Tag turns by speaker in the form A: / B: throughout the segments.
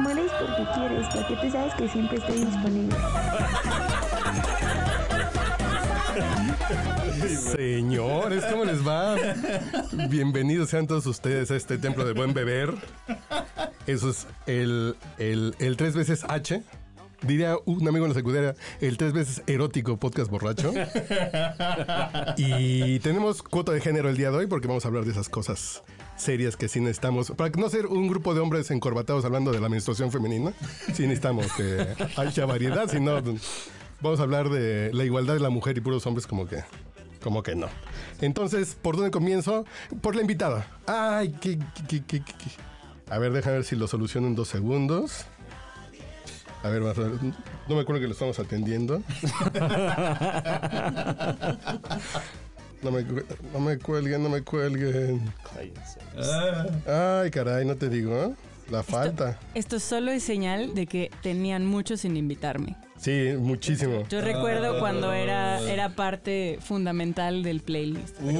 A: Mueres porque quieres, porque tú sabes que siempre estoy disponible.
B: Señores, ¿cómo les va? Bienvenidos sean todos ustedes a este templo de buen beber. Eso es el, el, el tres veces H. Diría un amigo en la secundaria, el tres veces erótico podcast borracho. Y tenemos cuota de género el día de hoy porque vamos a hablar de esas cosas serias que sí necesitamos. Para no ser un grupo de hombres encorbatados hablando de la menstruación femenina, sí necesitamos eh, alta variedad, si no, vamos a hablar de la igualdad de la mujer y puros hombres como que... Como que no. Entonces, ¿por dónde comienzo? Por la invitada. Ay, qué, qué, qué, qué, qué. A ver, déjame ver si lo soluciono en dos segundos. A ver, más o menos, no me acuerdo que lo estamos atendiendo. No me, cu- no me cuelguen, no me cuelguen. Ay, caray, no te digo, ¿eh? La falta.
C: Esto solo es señal de que tenían mucho sin invitarme.
B: Sí, muchísimo.
C: Yo recuerdo cuando era, era parte fundamental del playlist.
B: Uh.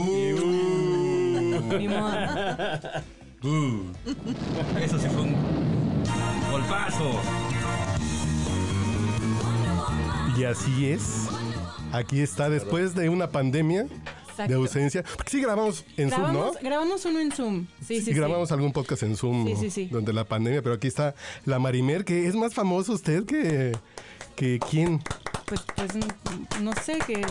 C: Ni modo.
D: Uh, eso sí fue un golpazo.
B: Y así es. Aquí está, después de una pandemia de
C: Exacto.
B: ausencia. Porque sí grabamos en Zoom, ¿no?
C: Grabamos, grabamos uno en Zoom. Sí, sí,
B: y
C: sí.
B: grabamos algún podcast en Zoom
C: Sí, sí, sí.
B: donde la pandemia, pero aquí está la Marimer, que es más famosa usted que, que quién.
C: Pues, pues n- no sé qué.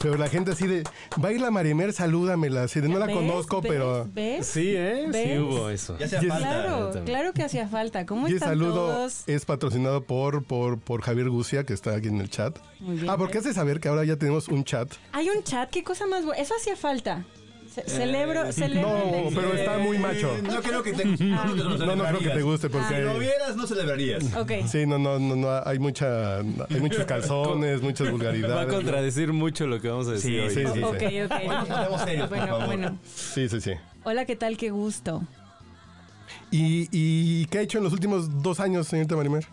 B: Pero la gente así de, va a ir la Marimer, salúdamela. Así de, no la
C: ¿Ves?
B: conozco,
C: ¿Ves?
B: pero...
C: ¿Ves?
E: Sí, ¿eh? Sí
C: ¿Ves?
E: hubo eso.
D: Ya sea
B: Y es-
D: falta.
C: Claro, claro que hacía falta. ¿Cómo
B: Y el
C: están
B: saludo
C: todos?
B: es patrocinado por, por, por Javier Gucia, que está aquí en el chat.
C: Muy bien. eh.
B: Ah, porque hace saber que ahora ya tenemos un chat.
C: Hay un chat, qué cosa más buena. Eso hacía falta. Ce- celebro, celebro. el
B: Eh, No,
C: éxito.
B: Oh, pero está muy macho.
D: No creo que te guste. No, creo que lo
B: No, no creo que te
D: celebrarías.
B: guste
C: Ah,
D: Si lo
B: porque...
D: vieras, no celebrarías.
C: Ok.
B: Sí, no, no, no, no, hay mucha, hay muchos calzones, muchas
E: Va a
B: vulgaridades.
E: contradecir mucho lo que vamos a decir
D: Sí,
E: hoy.
B: sí, sí.
C: Ok, ok.
D: Nos ponemos serios, por
C: bueno,
D: favor.
C: bueno.
B: Sí, sí, sí.
C: Hola, ¿qué tal? Qué gusto.
B: ¿Y, y qué ha hecho en los últimos dos años, señorita Marimer?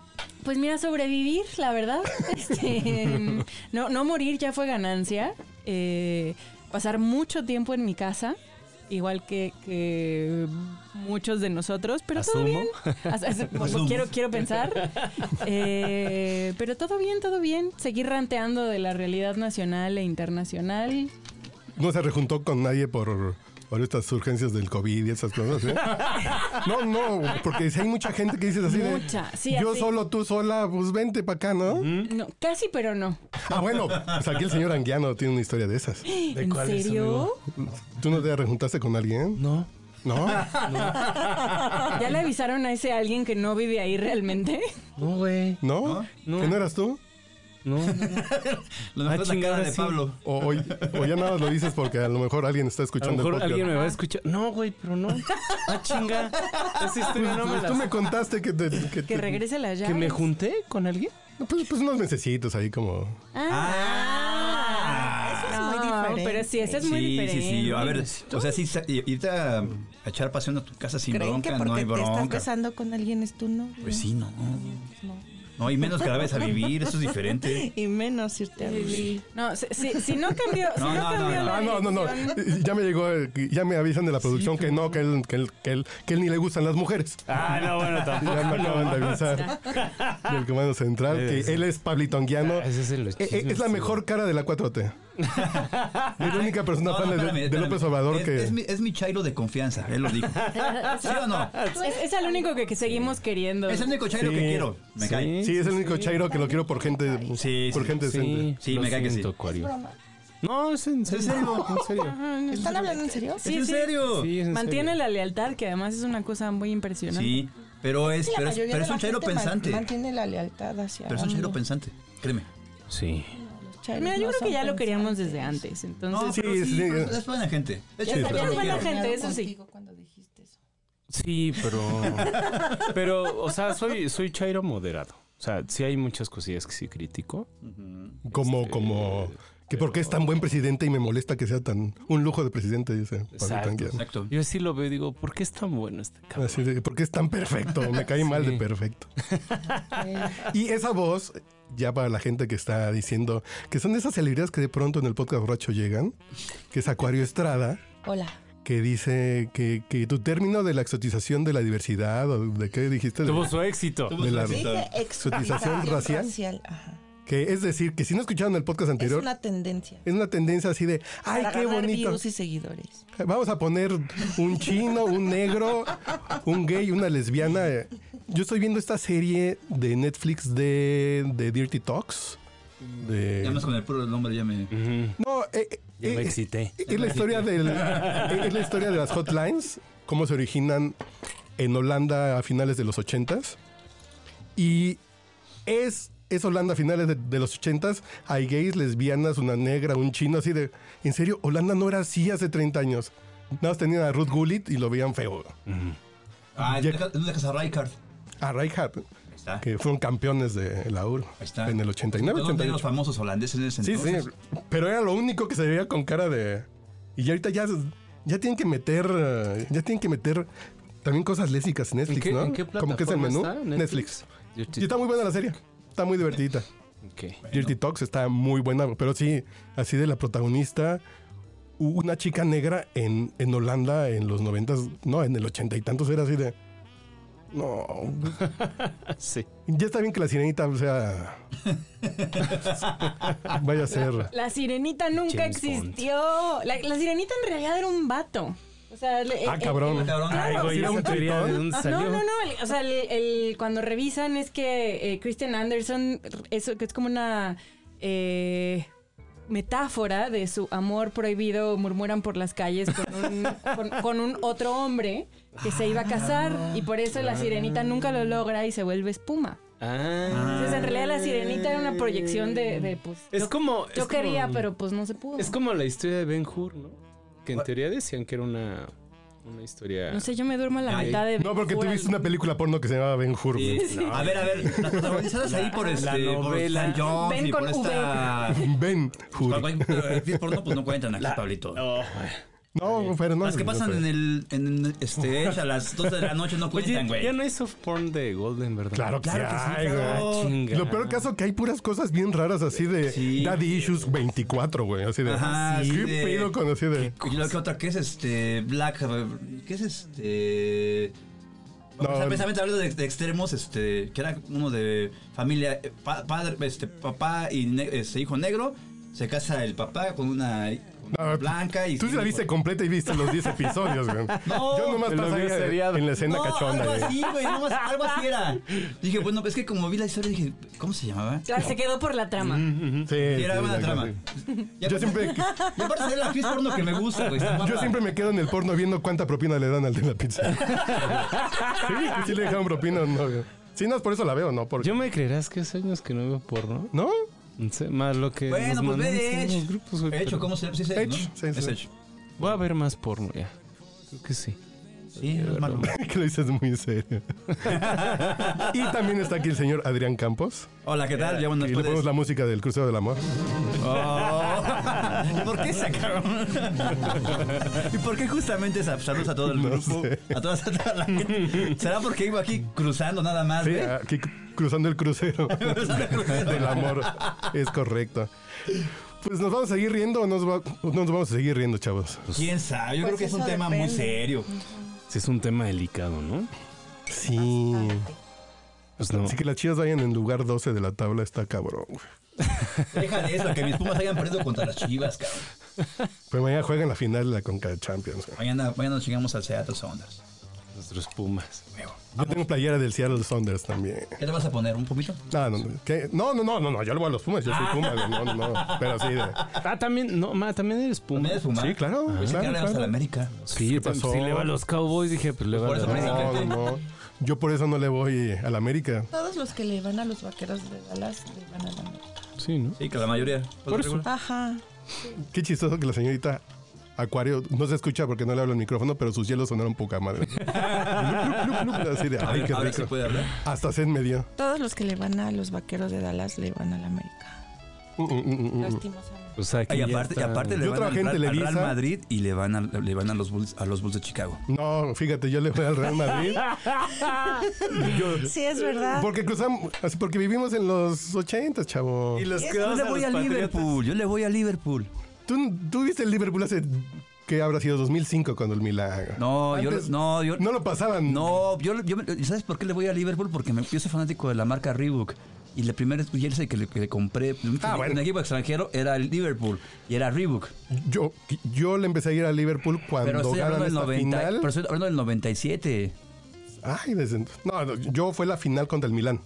C: Pues mira, sobrevivir, la verdad. Este, no, no morir ya fue ganancia. Eh, pasar mucho tiempo en mi casa, igual que, que muchos de nosotros, pero todo
E: Asumo.
C: bien. As- as-
D: Asumo.
C: quiero, quiero pensar. Eh, pero todo bien, todo bien. Seguir ranteando de la realidad nacional e internacional.
B: No se rejuntó con nadie por, por estas urgencias del COVID y esas cosas. ¿eh? No, no, porque si hay mucha gente que dices así de,
C: Mucha, sí,
B: yo
C: así.
B: solo, tú sola, pues vente para acá, ¿no?
E: ¿Mm?
C: No, casi, pero no.
B: Ah, bueno, pues aquí el señor Anguiano tiene una historia de esas.
C: ¿En serio?
B: ¿Tú no te rejuntaste con alguien?
E: No.
B: No.
C: ¿Ya le avisaron a ese alguien que no vive ahí realmente?
E: No, güey.
B: ¿No?
E: No.
B: ¿Que no eras tú?
E: No, no, no.
D: Lo mejor
E: Ah,
D: es la cara
E: chingada,
D: de
E: sí.
D: Pablo.
B: O, o- o ya nada más lo dices porque a lo mejor alguien
E: A
B: está
E: lo
B: escuchando el
E: mejor
B: podcast.
E: alguien me va a escuchar. Ah. No, güey, pero no. Ah, chinga. Esa historia no me
B: Pues
E: la
B: tú me contaste que te- que
C: Que
B: te-
C: regrese la llave.
E: ¿Que me junté con alguien?
B: pues, pues unos necesitos ahí como
D: Ah.
A: Eso es muy diferente.
C: Pero sí, ese es muy diferente.
D: sí, sí. A ver, o sea, sí, sa- irte a, a echar pasión a tu casa sin
A: ¿Creen que
D: bronca, no
A: porque
D: hay
A: te estás
D: bronca.
A: besando con alguien es tu novio?
D: Pues sí, no.
A: No.
D: No, y menos que la vez a vivir, eso es diferente.
A: Y menos irte a vivir.
C: No, si, si- si no cambió, si
D: No,
C: no,
D: no,
C: cambió
D: no,
C: la
B: Ah, no, no, no.
C: elección-
B: Ya me llegó, eh, ya me avisan de la producción que no, que él, que, él, que, él, que él ni le gustan las mujeres.
E: Ah, no, bueno,
B: Ya me acaban de avisar del Comando Central que él es Pablito Anguiano.
E: Ah, ese es el-
B: Eh, eh, es la mejor cara de la 4T. es la única persona
D: No, no,
B: fan de-
D: espérame,
B: de,
D: espérame.
B: López Obrador
D: Es-
B: que...
D: Es mi, es mi chairo de confianza, él lo dijo. ¿Sí o no?
C: Es, es el único que, que seguimos queriendo.
D: Es el único chairo
B: Sí.
D: que quiero. Me
E: Sí.
D: cae.
B: Sí, es el único chairo que lo quiero por gente,
D: Sí,
B: por
D: sí,
B: gente
E: Sí,
B: decente.
D: Sí, me cae que sí.
E: No, es en serio. En serio.
A: ¿Están hablando en serio?
D: ¿Es
C: Sí,
D: en
C: sí.
D: serio?
E: Sí, es en
C: Mantiene
E: serio.
C: la lealtad, que además es una cosa muy impresionante.
D: Sí, pero es,
A: Sí, la
D: pero es,
A: mayoría
D: pero
A: de
D: es
A: la
D: un chairo
A: gente man-
D: pensante.
A: Mantiene la lealtad hacia.
D: Pero es un chairo
A: ambos.
D: pensante, créeme.
E: Sí.
A: Los chairos
C: Mira, yo
A: no
C: creo que
A: son
C: ya lo queríamos
A: pensantes.
C: desde antes.
D: No,
C: Entonces,
B: sí,
D: pero
B: sí.
D: sí, pero es buena gente. Es
A: Ya
D: chairo,
A: sabía
D: pero
C: es
D: lo
C: buena
D: quiero.
C: gente, eso sí.
A: contigo cuando dijiste eso.
E: Sí, pero. Pero, o sea, soy, soy chairo moderado. O sea, sí hay muchas cosillas que sí critico.
B: Como, como Que por qué es tan buen presidente y me molesta que sea tan un lujo de presidente, dice Pablo
E: Exacto.
B: Tanguy.
D: Exacto.
E: Yo sí lo veo y digo, ¿por qué es tan bueno este cabrón?
B: Así de, ¿Por qué es tan perfecto? Me cae mal de perfecto. y esa voz, ya para la gente que está diciendo que son de esas celebridades que de pronto en el podcast borracho llegan, que es Acuario Estrada,
C: Hola.
B: que dice que, que tu término de la exotización de la diversidad, o de qué dijiste, De-
E: Tuvo su éxito.
B: de la-
F: Dice exotización
B: racial.
F: ajá.
B: que es decir, que si no escucharon el podcast
F: Es
B: anterior,
F: una tendencia.
B: es una tendencia así de, ay,
F: para
B: qué
F: ganar
B: bonito.
F: views y seguidores.
B: Vamos a poner un chino, un negro, un gay, una lesbiana. Yo estoy viendo esta serie de Netflix de, de Dirty Talks. De-
D: Ya más con el puro nombre ya me...
B: No, eh, eh,
E: Ya me
B: eh,
E: excité.
B: es la historia del es la historia de las hotlines, cómo se originan en Holanda a finales de los 80s. Y es es Holanda a finales de, de los 80s, hay gays, lesbianas, una negra, un chino así de en serio, Holanda no era así hace 30 años. Nada más tenían a Ruth Gullit y lo veían feo.
D: Ah, es
B: Ya-
D: de la- es de la casa Rijkaard. Ahí
B: A Rijkaard,
D: está.
B: que fueron campeones de la URO
D: Ahí está.
B: en el 89,
D: ¿De dónde eran
B: 88.
D: los famosos holandeses en ese
B: Sí, sí,
D: entonces?
B: pero era lo único que se veía con cara de... Y ya ahorita ya, ya tienen que meter... eh, Ya tienen que meter también cosas lésicas en Netflix,
E: ¿En qué,
B: ¿no?
E: en qué plataforma
B: Como que es el menú.
E: está?
B: Netflix.
E: Dirty-
B: Y está muy buena la serie. Está muy divertidita.
E: Ok.
B: Dirty Talks está muy buena, pero sí, así de la protagonista, una chica negra en, en Holanda en los noventas, no, en el ochenta y tantos era así de... No, Ah,
E: Sí.
B: ya está bien que la sirenita, o sea... vaya a ser...
C: La sirenita nunca
E: James Bond.
C: existió. La, la sirenita en realidad era un vato. O sea, le-
B: Ah,
C: eh,
B: cabrón.
D: Cabrón.
E: Ay, güey,
B: ¿era
E: esa
B: un
E: teoría
B: tritón?
E: de dónde
C: No,
E: salió.
C: no, no. el- o sea, el, el- cuando revisan es que eh, Kristen Anderson eso que es como una eh, metáfora de su amor prohibido. Murmuran por las calles con un, con, con un otro hombre que se iba a casar y por eso la sirenita nunca lo logra y se vuelve espuma.
E: Ah.
C: Entonces, en realidad la sirenita era una proyección de, de, pues.
E: Es
C: yo-
E: como. es como-
C: Yo quería, pero pues no se pudo.
E: Es como la historia de Ben Hur, ¿no? Que en teoría decían que era una, una historia.
C: No sé, yo me duermo a la
D: Ay.
C: mitad de.
B: No, porque
C: Furan.
B: tuviste una película porno que se llamaba Ben Hur. güey.
D: A ver, a ver, las protagonizadas ahí por este,
E: la
D: por
E: novela.
D: Stan Jones
C: Ven
D: y por
C: con V.
D: esta...
B: Ben Hur.
D: Cuando hay actriz porno, pues no cuentan aquí, Pablito.
E: Oh,
B: No, pero no.
D: Las que
B: no,
D: pasan
B: pero-
D: en el, en este, a las 2 de la noche no
E: Oye,
D: cuentan, güey.
E: Pues ya no hay soft porn de Golden, ¿verdad? Ah,
B: Claro que
D: Claro que sí,
B: sí. hay, güey.
D: claro.
E: Chinga.
B: Lo peor caso que hay puras cosas bien raras así de
D: Sí.
B: Daddy Issues 24, güey. Así de. "Ah,
D: Ajá,
B: ¿Qué
D: así de-
B: pedo con así de?
D: Y luego que otra que es este Black ¿Qué es este?
B: No,
D: Bueno,
B: el-
D: precisamente hablando de, de extremos, este, que era uno de familia, eh, pa- padre, este, papá y ne- este, hijo negro, se casa el papá con una, con una
B: No,
D: blanca y
B: Tú ya la viste completa y viste los 10 episodios, güey.
D: No,
B: Yo nomás
E: lo vi
B: pasé
E: seriado.
B: en la escena
D: No,
B: cachonda,
D: Algo
B: güey.
D: así, güey, nomás, algo así era. Dije, bueno, es que como vi la historia dije, ¿cómo se llamaba?
C: Claro, Ah, se quedó por la trama.
B: Sí, sí,
D: Y era una
B: sí,
D: trama.
B: sí.
D: Ya
B: Yo siempre,
D: Y aparte es la actriz porno que me gusta, güey. está
B: yo
D: guapa.
B: siempre me quedo en el porno viendo cuánta propina le dan al de la pizza. Sí, sí le dejaron propina, o no, güey. Sí, no, por eso la veo, ¿no? Porque,
E: Yo me creerás que hace años que no veo porno.
B: ¿No?
E: No sé, más lo que.
D: Bueno,
E: nos
D: pues ve
E: mandaron
D: de
E: todos los
D: Edge.
E: grupos, güey,
D: Edge,
E: pero-
D: ¿o ¿cómo se llama? Sí, es Edge,
B: Edge,
D: ¿no?
B: sí, sí.
D: Es Edge.
E: Voy a ver más porno ya. Creo que sí.
D: Sí, no es malo.
B: que lo dices muy en serio. y también está aquí el señor Adrián Campos.
D: Hola, ¿qué tal? Ya bueno,
B: Y le ponemos
D: después.
B: la música del Crucero del Amor.
D: Oh. ¿Y por qué sacaron? ¿Y por qué justamente esa- saludos a todo el
B: No
D: grupo?
B: sé.
D: A, todas, a toda la gente. ¿Será porque iba aquí cruzando nada más?
B: Sí,
D: güey?
B: aquí cruzando el crucero del amor. Es correcto. Pues nos vamos a seguir riendo o nos, va- o nos vamos a seguir riendo, chavos.
D: ¿Quién sabe? Yo
F: Pues
D: creo que es un
F: eso
D: tema muy
F: depende.
D: serio.
E: Sí, es un tema delicado, ¿no?
B: Sí.
E: Pues no.
B: Así que las chivas vayan en lugar 12 de la tabla, está cabrón. güey.
D: Deja de eso, que mis pumas hayan perdido contra las chivas, cabrón.
B: Pero Pues mañana juegan la final de la Conca Champions. güey.
D: Mañana, mañana nos llegamos al Seattle Sounders.
E: Nuestros pumas.
B: Yo tengo playera del Seattle Saunders también.
D: ¿Qué te vas a poner? ¿Un pumito?
B: Ah, no, no, ¿qué? no, no, no, no, no, yo le voy a los Pumas, yo soy Puma, güey, no, no, no, pero sí, de-
E: Ah, también, no, ma, también eres puma.
D: ¿Me das fumar?
B: sí, claro,
D: Pensé Pues que
B: claro,
D: ahora ibas a
B: claro.
D: la América.
E: Sí, yo
B: ¿Qué pasó?
E: también- sí le va a los Cowboys, dije, pues le va
D: Por
E: a
D: eso
E: los...
D: me-
B: No, no, no. Yo por eso no le voy a la América.
F: Todos los que le van a los vaqueros de Dallas le van a la América.
E: Sí, ¿no?
D: Sí, que la mayoría.
E: Por eso.
F: Ajá.
B: Qué chistoso que la señorita Acuario no se escucha porque no le hablo el micrófono, pero sus hielos sonaron poca madre. Así de,
D: A
B: ay,
D: ver,
B: qué
D: a ver si
B: rico.
D: puede hablar.
B: Hasta sed me dio.
F: Todos los que le van a los vaqueros de Dallas le van a la América.
B: Mm, mm, mm, mm.
F: lastimosamente.
E: O sea, que
D: Y
E: ya
D: aparte, y
E: está.
D: aparte le
B: Yo
D: van al,
B: trabajé en
D: Real- al
B: Televisa.
D: Real Madrid y le van, a, le van a, los Bulls, a los Bulls de Chicago.
B: No, fíjate, yo le voy al Real Madrid. Yo-
A: Sí, es verdad.
B: porque cruzamos, así porque vivimos en los 80, chavo.
E: Y los que
D: Yo
E: vamos
D: le
E: a
D: voy
E: los
D: al
E: patriotas.
D: Liverpool, yo le voy al Liverpool.
B: ¿Tú, tú viste el Liverpool hace que habrá sido 2005 cuando el Milagro.
D: No, yo,
B: Antes
D: no, yo,
B: no lo pasaban.
D: No, yo, yo- ¿sabes por qué le voy a Liverpool? Porque me, yo soy fanático de la marca Reebok. Y la primera jersey que le, que le compré de un,
B: Ah, bueno.
D: un equipo extranjero era el Liverpool y era Reebok.
B: Yo, yo le empecé a ir al Liverpool
D: Pero
B: cuando
D: estoy,
B: ganan
D: hablando del
B: esta
D: 90,
B: final.
D: pero estoy hablando del 97.
B: Ay, desde ent- no, no, yo fue la final contra el Milán.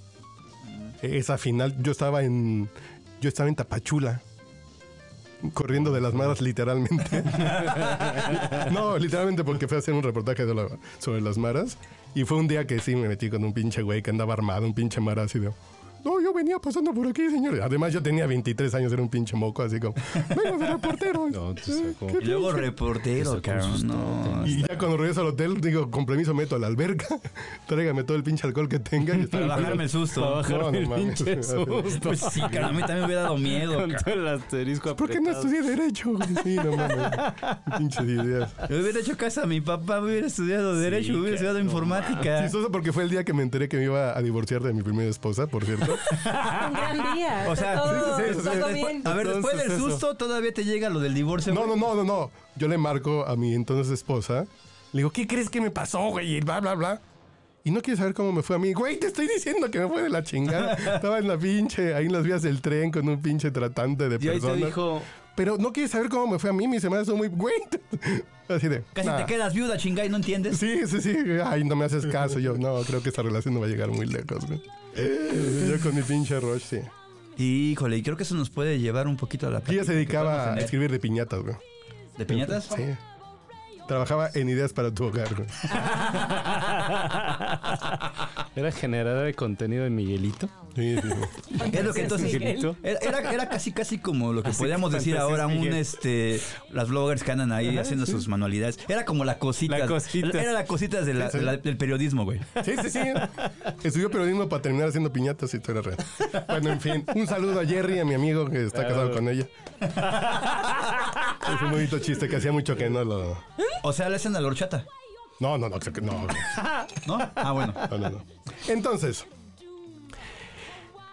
B: Esa final, yo estaba en. Yo estaba en Tapachula. Corriendo de las maras, literalmente. no, literalmente, porque fui a hacer un reportaje de la- sobre las maras. Y fue un día que sí me metí con un pinche güey que andaba armado, un pinche mara así de. No, yo venía pasando por aquí, señor. Además, yo tenía 23 años, era un pinche moco, así como. Vengo de reportero.
E: No, te sacó.
B: ¿Qué
D: Y luego reportero,
E: Eso
D: cabrón. No,
B: y ya cuando regreso al hotel, digo, con permiso meto a la alberca, tráigame todo el pinche alcohol que tenga. Y
D: para bajarme el
E: Para
D: susto.
E: bajar
B: No, no
E: el
B: mames.
E: pinche susto.
D: Pues sí, cabrón, a mí también me hubiera dado miedo.
E: Con
D: cabrón.
E: todo el asterisco
B: ¿Por qué no
E: apretado.
B: estudié Derecho? güey? Sí, no mames. Pinche ideas.
D: Me hubiera hecho caso a mi papá, me hubiera estudiado Derecho, me hubiera estudiado Informática.
B: Chistoso porque fue el día que me enteré que me iba a divorciar de mi primera esposa, por cierto.
C: Un gran día.
D: O sea,
C: todo,
B: sí, sí, sí,
C: todo
B: sí.
C: bien.
D: A ver, después
E: Entonces,
D: del
E: eso.
D: susto todavía te llega lo del divorcio.
B: No, no, no, no, no. Yo le marco a mi entonces esposa. Le digo, ¿qué crees que me pasó, güey? Y bla, bla, bla. Y no quieres saber cómo me fue a mí. Güey, te estoy diciendo que me fue de la chingada. Estaba en la pinche, ahí en las vías del tren con un pinche tratante de
E: Y ahí te
B: personas.
E: dijo,
B: Pero no quieres saber cómo me fue a mí, mis semanas son muy... Güey, así de...
D: Casi
B: nah.
D: te quedas viuda, chingada, y no entiendes.
B: Sí, sí, sí. Ay, no me haces caso. Yo, no, creo que esta relación no va a llegar muy lejos. güey. Yo con mi pinche Rush, sí.
D: Híjole, y creo que eso nos puede llevar un poquito a la
B: Yo ya se
D: plática que
B: dedicaba
D: podemos
B: a
D: tener.
B: escribir de piñatas, güey.
D: ¿De piñatas?
B: Sí. Trabajaba en ideas para tu hogar, güey.
E: ¿era generadora de contenido de Miguelito?
B: Sí, sí, sí.
D: Es lo que entonces
E: Miguel.
D: era, era- era casi casi como lo que
E: Así
D: podríamos
E: que
D: decir
E: fantasías,
D: ahora un
E: Miguel.
D: este las bloggers que andan ahí haciendo sus manualidades. Era como la cosita.
E: La cositas.
D: Era la cosita de la-
B: Sí, sí.
D: la- del periodismo, güey.
B: Sí, sí, sí. Estudió periodismo para terminar haciendo piñatas y todo era real. Bueno, en fin. Un saludo a Jerry, a mi amigo que está
D: Ah.
B: casado con ella. Es un bonito chiste que hacía mucho que no lo...
D: O sea, le hacen a la horchata,
B: No, no, no, creo que no. güey.
D: ¿no? Ah, bueno.
B: No, no, no. Entonces,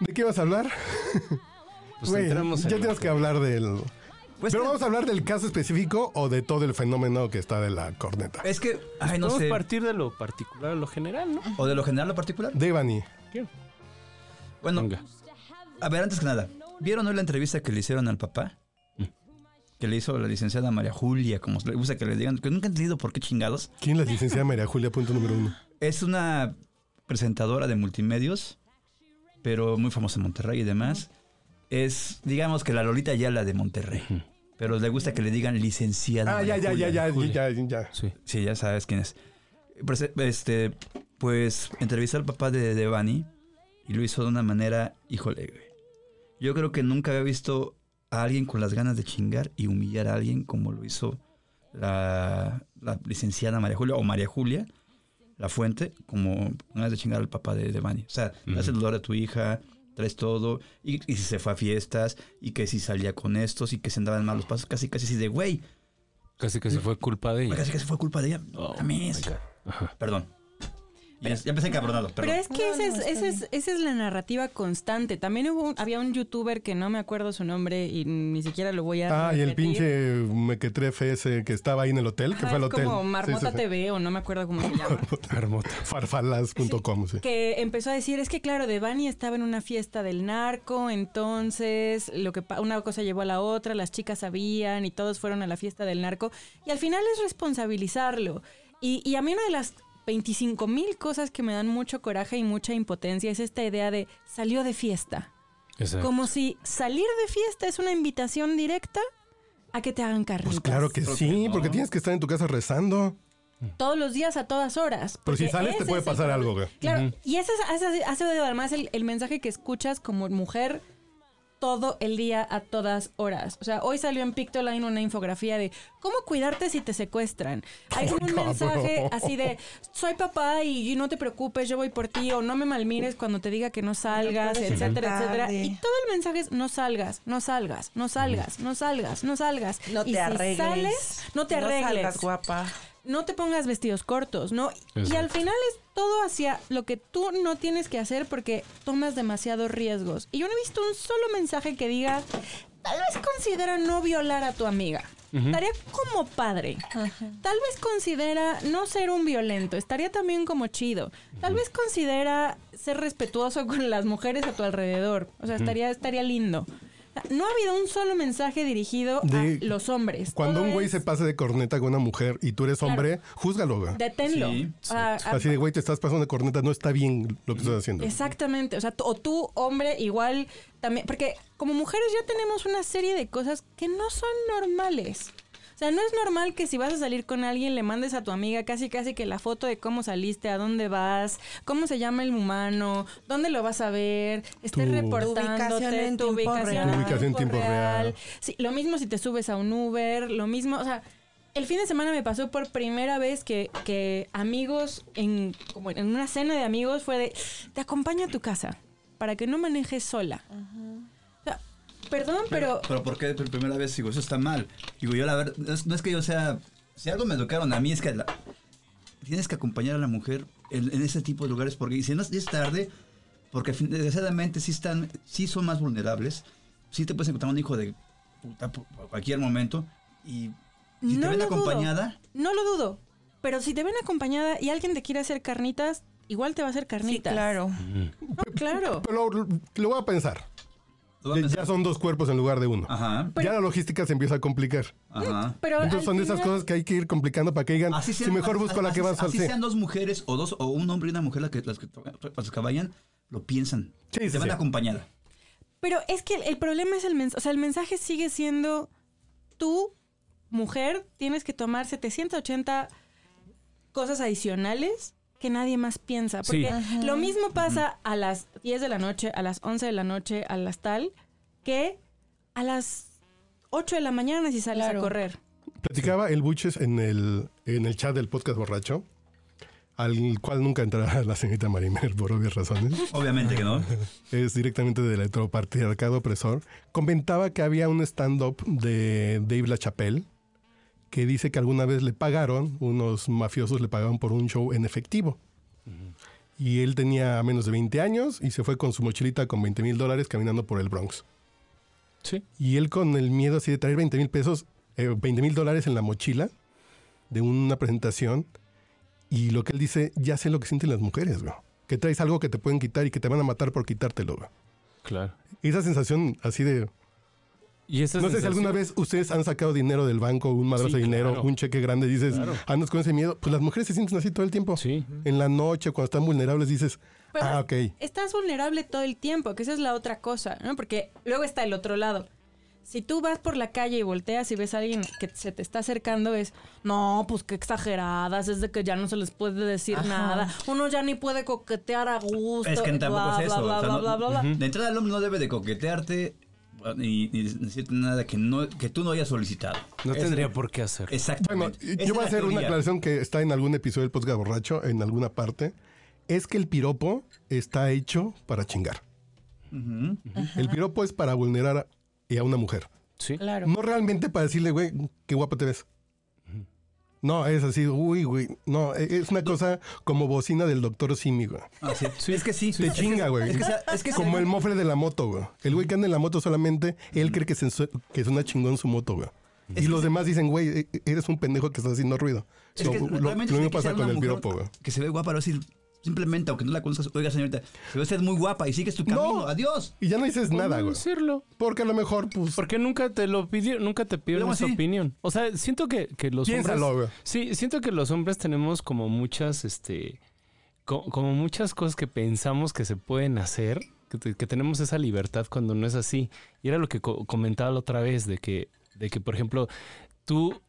B: ¿de qué vas a hablar?
E: Pues
B: Güey,
E: entramos
B: ya
E: en
B: tenemos que hablar del.
D: Pues
B: Pero
D: que-
B: vamos a hablar del caso específico o de todo el fenómeno que está de la corneta.
D: Es que, ay, no
E: Podemos
D: sé.
E: partir de lo particular a lo general, ¿no?
D: O de lo general a lo particular.
B: Devani.
E: ¿Qué?
D: Bueno,
E: Venga.
D: a ver, antes que nada, ¿vieron hoy la entrevista que le hicieron al papá? Que le hizo la licenciada María Julia, como le gusta que le digan, que nunca he entendido por qué chingados.
B: ¿Quién la licenciada María Julia? Punto número uno.
D: Es una presentadora de multimedios, pero muy famosa en Monterrey y demás. Es, digamos que la Lolita Yala de Monterrey. Pero le gusta que le digan licenciada.
B: Ah, ya,
D: María
B: ya, ya,
D: Julia.
B: ya, ya, ya, ya.
E: Sí.
D: Sí, ya sabes quién es. Pues, eh, Este, pues entrevistó al papá de Devani y lo hizo de una manera, híjole, güey. Yo creo que nunca había visto a alguien con las ganas de chingar y humillar a alguien como lo hizo la, la licenciada María Julia o María Julia, la fuente, como ganas de chingar al papá de Devani. O sea, le das el dolor a tu hija, traes todo, y, y si se fue a fiestas, y que si salía con estos, y que se andaban malos pasos, casi, casi así de, güey,
E: Casi que se fue culpa de ella.
D: casi, casi fue culpa de ella. No,
E: Oh,
D: mames. Perdón. Ya, ya empecé encabronado,
C: Pero
D: perdón.
C: es que
F: No,
C: esa,
F: no,
C: es,
F: está
C: esa es- esa es la narrativa constante. También hubo un- había un youtuber que no me acuerdo su nombre y ni siquiera lo voy a.
B: Ah, y el
C: repetir.
B: pinche mequetrefe ese que estaba ahí en el hotel, que
C: Ajá,
B: fue al
C: es
B: hotel.
C: Como Marmota
B: Sí, sí, sí.
C: TV o no me acuerdo cómo se llama.
E: Marmota.
B: Farfalas.com, sí.
C: que empezó a decir, es que claro, Devani estaba en una fiesta del narco, entonces lo que pa- una cosa llevó a la otra, las chicas sabían y todos fueron a la fiesta del narco. Y al final es responsabilizarlo. Y, y a mí una de las 25 mil cosas que me dan mucho coraje y mucha impotencia es esta idea de salió de fiesta.
E: Exacto.
C: Como si salir de fiesta es una invitación directa a que te hagan
B: Pues
C: carnitas.
B: claro que sí, porque tienes que estar en tu casa rezando.
C: Todos los días, a todas horas.
B: Pero si
C: porque
B: sales te
C: ese
B: puede
C: es el
B: pasar algo, güey.
C: Claro, y ese es, hace, hace además el, el mensaje que escuchas como mujer todo el día, a todas horas. O sea, hoy salió en Pictoline una infografía de cómo cuidarte si te secuestran. Hay como un
B: Cabrón.
C: mensaje así de, soy papá y no te preocupes, yo voy por ti, o no me malmires cuando te diga que no salgas,
F: puedes
C: etcétera, etcétera.
F: tarde.
C: Y todo el mensaje es, no salgas, no salgas, no salgas, no salgas, no salgas.
F: No
C: y
F: te
C: si
F: arregles.
C: sales, no te arregles
F: No salgas guapa.
C: no te pongas vestidos cortos, ¿no? Y- Y
G: Exacto.
C: al final es todo hacia lo que tú no tienes que hacer porque tomas demasiados riesgos. Y yo no he visto un solo mensaje que diga, tal vez considera no violar a tu amiga. Estaría como padre. Tal vez considera no ser un violento. Estaría también como chido. Tal vez considera ser respetuoso con las mujeres a tu alrededor. O sea, estaría, estaría lindo. No ha habido un solo mensaje dirigido
B: De-
C: a los hombres.
B: Cuando
C: Todo
B: un güey
C: es,
B: se pase de corneta con una mujer y tú eres hombre, júzgalo. güey.
C: Deténlo.
D: Sí,
C: Ah, ah,
B: Así de, güey, te estás pasando de corneta, no está bien lo que estás haciendo.
C: Exactamente, o sea, t- o tú, hombre, igual también, porque como mujeres ya tenemos una serie de cosas que no son normales. O sea, no es normal que si vas a salir con alguien le mandes a tu amiga casi casi que la foto de cómo saliste, a dónde vas, cómo se llama el humano, dónde lo vas a ver, estés
B: Tu-
F: Tu ubicación
C: reportándote,
F: en
C: tu
F: tiempo
C: ubicación,
F: real. Tu
B: ubicación en tiempo real.
C: Sí, lo mismo si te subes a un Uber, lo mismo, o sea, el fin de semana me pasó por primera vez que, que amigos, en, como en una cena de amigos, fue de, te acompaño a tu casa para que no manejes sola. O sea, perdón, pero...
D: Pero ¿por qué por primera vez? Digo, eso está mal. Digo, yo la verdad, no es, no es que yo sea... Si algo me educaron a mí es que la- tienes que acompañar a la mujer en, en ese tipo de lugares porque y si no es tarde, porque fin- desgraciadamente sí, están, sí son más vulnerables, sí te puedes encontrar un hijo de puta por por cualquier momento y si te
C: no
D: ven
C: lo
D: acompañada...
C: Dudo, no lo dudo, pero si te ven acompañada y alguien te quiere hacer carnitas, igual te va a hacer
F: Sí,
C: carnitas.
F: claro.
C: No, claro.
B: Pero lo, lo voy a pensar.
D: lo van a
B: Ya
D: pensar.
B: son dos cuerpos en lugar de uno.
D: Ajá,
B: ya la logística se empieza a complicar.
D: ajá.
C: Pero
B: Entonces
C: al
B: son de esas
C: final-
B: cosas que hay que ir complicando para que digan,
D: Así
B: si
D: sean-
B: mejor busco la
D: así-
B: que va a
D: Así
B: sí.
D: sean dos mujeres o dos, o un hombre y una mujer las que, las que, las que vayan, lo piensan.
B: Sí, sí,
D: te van
B: sí.
D: acompañada.
C: Pero es que el, el problema es el mensaje. O sea, el mensaje sigue siendo tú, mujer, tienes que tomar 780 cosas adicionales que nadie más piensa.
E: Sí.
C: Porque lo mismo pasa a las 10 de la noche, a las 11 de la noche, a las tal, que a las 8 de la mañana si sales
F: Claro.
C: a correr.
B: Platicaba el Buches en el, en el chat del podcast borracho, al cual nunca entrará la señorita Marimer por obvias razones.
D: Obviamente que no.
B: es directamente del heteropatriarcado opresor, comentaba que había un stand-up de Dave LaChapelle que dice que alguna vez le pagaron, unos mafiosos le pagaron por un show en efectivo. Y él tenía menos de 20 años y se fue con su mochilita con 20 mil dólares caminando por el Bronx.
E: Sí.
B: Y él con el miedo así de traer 20 mil pesos, eh, 20 mil dólares en la mochila de una presentación. Y lo que él dice, ya sé lo que sienten las mujeres, güey. Que traes algo que te pueden quitar y que te van a matar por quitártelo, güey.
E: Claro.
B: Y esa sensación así de...
E: Y esa
B: No sé si
E: sensación-
B: alguna vez ustedes han sacado dinero del banco, un madrazo
E: Sí,
B: de dinero,
E: claro.
B: un cheque grande, dices, andas con ese miedo. Pues las mujeres se sienten así todo el tiempo.
E: Sí.
B: En la noche, cuando están vulnerables, dices,
C: Pero-
B: ah, ok.
C: estás vulnerable todo el tiempo, que esa es la otra cosa, ¿no? Porque luego está el otro lado. Si tú vas por la calle y volteas y ves a alguien que se te está acercando, es, no, pues qué exageradas, es de que ya no se les puede decir
F: Ajá.
C: nada, uno ya ni puede coquetear a gusto.
D: Es que
C: bla,
D: tampoco
C: bla,
D: es eso.
C: bla,
D: o sea,
C: bla,
D: no-
C: bla, bla, bla.
D: De entrada, el hombre no debe de coquetearte bueno, ni, ni decirte nada que, no, que tú no hayas solicitado.
E: No tendría por qué hacer.
B: Bueno,
D: Exactamente.
B: yo
D: Esa es
B: voy a
D: la
B: hacer una
D: teoría.
B: aclaración que está en algún episodio del podcast borracho, en alguna parte. Es que el piropo está hecho para chingar.
D: Ujú.
B: El piropo es para vulnerar a, y a una mujer.
E: Sí.
F: Claro.
B: No realmente para decirle, güey, qué guapa te ves. No, es así, uy, güey. No, e- es una cosa como bocina del doctor Simi, güey.
D: Ah, sí.
E: Sí.
D: Es que sí.
B: Te chinga, güey.
D: Es que, sea- es que sea-
B: Como el mofle de la moto, güey. El güey que anda en la moto solamente, él cree que, se, su- que suena chingón su moto, güey. Y los demás dicen, güey, e- eres un pendejo que está haciendo ruido.
D: es
B: lo,
D: que
B: lo- lo
D: realmente tiene
B: mismo
D: que
B: pasa
D: ser una
B: con el
D: mujer
B: piropo, güey.
D: Que se ve guapa, pero decir, simplemente, aunque no la conozcas, oiga, señorita, se ve usted muy guapa y sigues tu camino. Adiós.
B: Y ya no
D: Pues
B: dices nada,
E: No
B: güey.
E: decirlo.
B: Porque a lo mejor, pues.
E: Porque nunca te lo pidió, nunca te pidieron
D: Luego
E: esa
D: sí.
E: opinión. O sea, siento que, que los
B: Piénsalo,
E: hombres.
B: güey.
E: Sí, siento que los hombres tenemos como muchas, este. co- como muchas cosas que pensamos que se pueden hacer, que, te- que tenemos esa libertad cuando no es así. Y era lo que co- comentaba la otra vez, de que, de que, por ejemplo, tú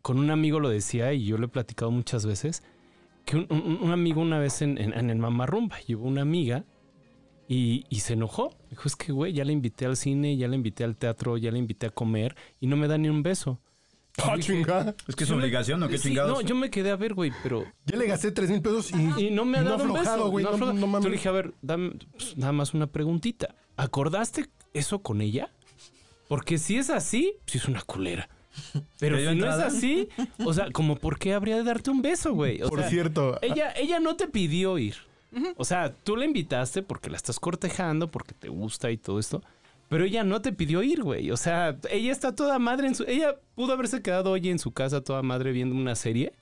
E: con un amigo lo decía y yo lo he platicado muchas veces, que un, un- un amigo una vez en, en, en el mamarrumba, llevó una amiga Y, y se enojó. Dijo, es que, güey, ya la invité al cine, ya la invité al teatro, ya la invité a comer y no me da ni un beso.
B: ¡Ah, chinga!
D: Es que es
B: Ah,
D: obligación, ¿o qué
E: Sí,
D: chingados?
E: no, yo me quedé a ver, güey, pero...
B: Ya le gasté 3 mil pesos y,
E: Y no me ha dado un
B: aflojado,
E: beso.
B: güey.
E: no
B: No,
E: ha aflojado.
B: no mames.
E: Yo le dije, a ver, dame, pues, nada más una preguntita. ¿Acordaste eso con ella? Porque si es así, si es una culera. Pero
D: ¿Te dio
E: si no es
D: entrada?
E: así, o sea, como por qué habría de darte un beso, güey. O
B: Por
E: sea,
B: cierto,
E: ella, ella no te pidió ir. O sea, tú la invitaste porque la estás cortejando, porque te gusta y todo esto. Pero ella no te pidió ir, güey. O sea, ella está toda madre en su. Ella pudo haberse quedado hoy en su casa toda madre viendo una serie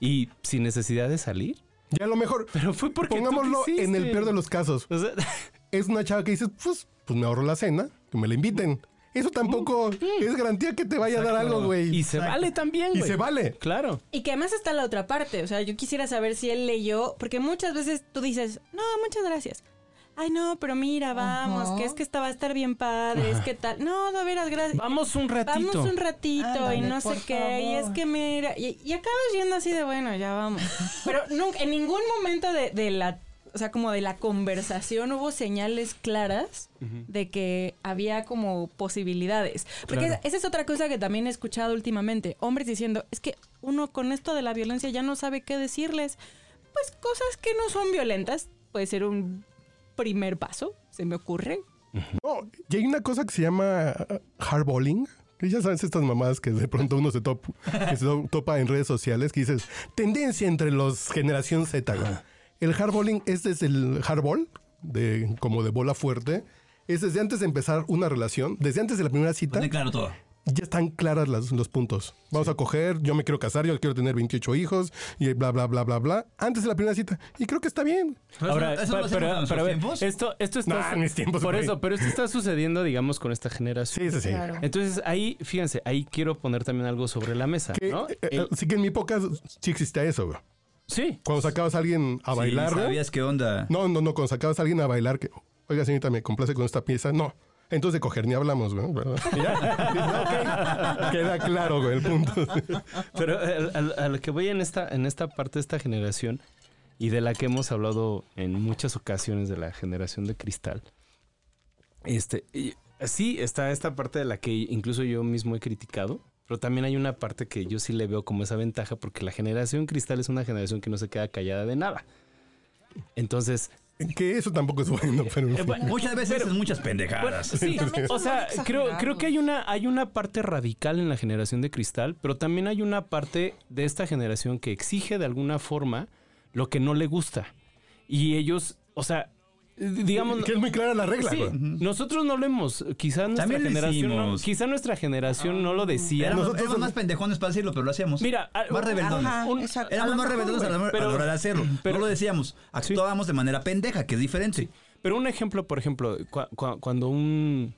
E: y sin necesidad de salir.
B: ya a lo mejor,
E: Pero fue porque.
B: pongámoslo en el peor de los casos.
E: O sea,
B: Es una chava que dices, pues, pues me ahorro la cena, que me la inviten. Eso tampoco es garantía que te vaya a dar algo, güey.
E: Mm, y se vale también,
B: Y
E: güey.
B: se vale.
E: Claro.
C: Y que además está la otra parte. O sea, yo quisiera saber si él leyó, porque muchas veces tú dices, no, muchas gracias. Ay, no, pero mira, vamos,
F: Ajá.
C: que es que esta va a estar bien padre, es que tal. No, de veras, gracias.
E: Vamos un ratito.
C: Vamos un ratito
F: Ándale,
C: y no sé
F: por
C: qué, y es
F: favor.
C: que mira, y, y acabas yendo así de bueno, ya vamos. Pero nunca, en ningún momento de, de la, o sea, como de la conversación hubo señales claras de que había como posibilidades. Porque
E: Claro.
C: esa- esa es otra cosa que también he escuchado últimamente, hombres diciendo, es que uno con esto de la violencia ya no sabe qué decirles. Pues cosas que no son violentas, puede ser un primer paso, se me ocurre.
B: No, y hay una cosa que se llama ah, hardballing. Que ya sabes estas mamadas que de pronto uno se, top, que se to- topa en redes sociales que dices tendencia entre los generación Z. güey". El hardballing es desde el hardball, de, como de bola fuerte. Es desde antes de empezar una relación, desde antes de la primera cita,
D: Pone claro todo.
B: ya están claras las- los puntos. Vamos a coger, yo me quiero casar, yo quiero tener 28 hijos y bla, bla, bla, bla, bla. Antes de la primera cita. Y creo que está bien.
E: Ahora,
D: eso no lo
E: pa-
D: hacemos
E: pero,
D: en nuestros
E: pero a ver,
D: tiempos.
E: esto, esto está.
B: Nah, en mis tiempos,
E: por
B: güey.
E: eso, pero esto está sucediendo, digamos, con esta generación.
B: Sí, sí, sí.
F: Claro.
E: Entonces ahí, fíjense, ahí quiero poner también algo sobre la mesa,
B: Que,
E: ¿no?
B: eh, eh, sí que en mi época sí existía eso, güey.
E: Sí.
B: Cuando sacabas a alguien a bailar.
D: Sí, ¿Sabías qué onda?
B: No, no, no, cuando sacabas a alguien a bailar, que, oiga, señorita, me complace con esta pieza. No. Entonces de coger ni hablamos, güey. ¿verdad? Y ya, dices, "Ok". Queda claro, güey, el punto.
E: Pero eh, al- al- a lo que voy en esta, en esta parte de esta generación y de la que hemos hablado en muchas ocasiones de la generación de cristal, este, y- sí está esta parte de la que incluso yo mismo he criticado, pero también hay una parte que yo sí le veo como esa ventaja porque la generación cristal es una generación que no se queda callada de nada. Entonces,
B: Que eso tampoco es bueno, pero
E: Eh,
B: en fin.
D: Muchas veces hacen muchas pendejadas.
E: Sí,
F: también
E: o
F: son
E: sea,
F: muy
E: creo, creo que hay
F: exagerados.
E: una, hay una parte radical en la generación de cristal, pero también hay una parte de esta generación que exige de alguna forma lo que no le gusta. Y ellos, o sea, d- digamos...
B: que es muy clara la regla,
E: sí,
B: güey.
E: nosotros no lo hemos, quizá nuestra
D: También lo
E: generación, no,
D: hicimos.
E: quizá nuestra
F: Ah.
E: generación no lo decía.
D: éramos,
B: nosotros-
D: éramos más pendejones para decirlo, pero lo hacíamos.
E: Mira, a-
D: más rebeldones.
F: Ajá,
E: un-
F: exacto.
D: Éramos
E: a lo
D: más
E: mejor,
D: rebeldones a la
E: güey,
D: a la hora de hacerlo.
E: pero-
D: no lo decíamos. Actuábamos de manera pendeja, que es diferente.
E: Pero un ejemplo, por ejemplo, cua- cua- cuando un.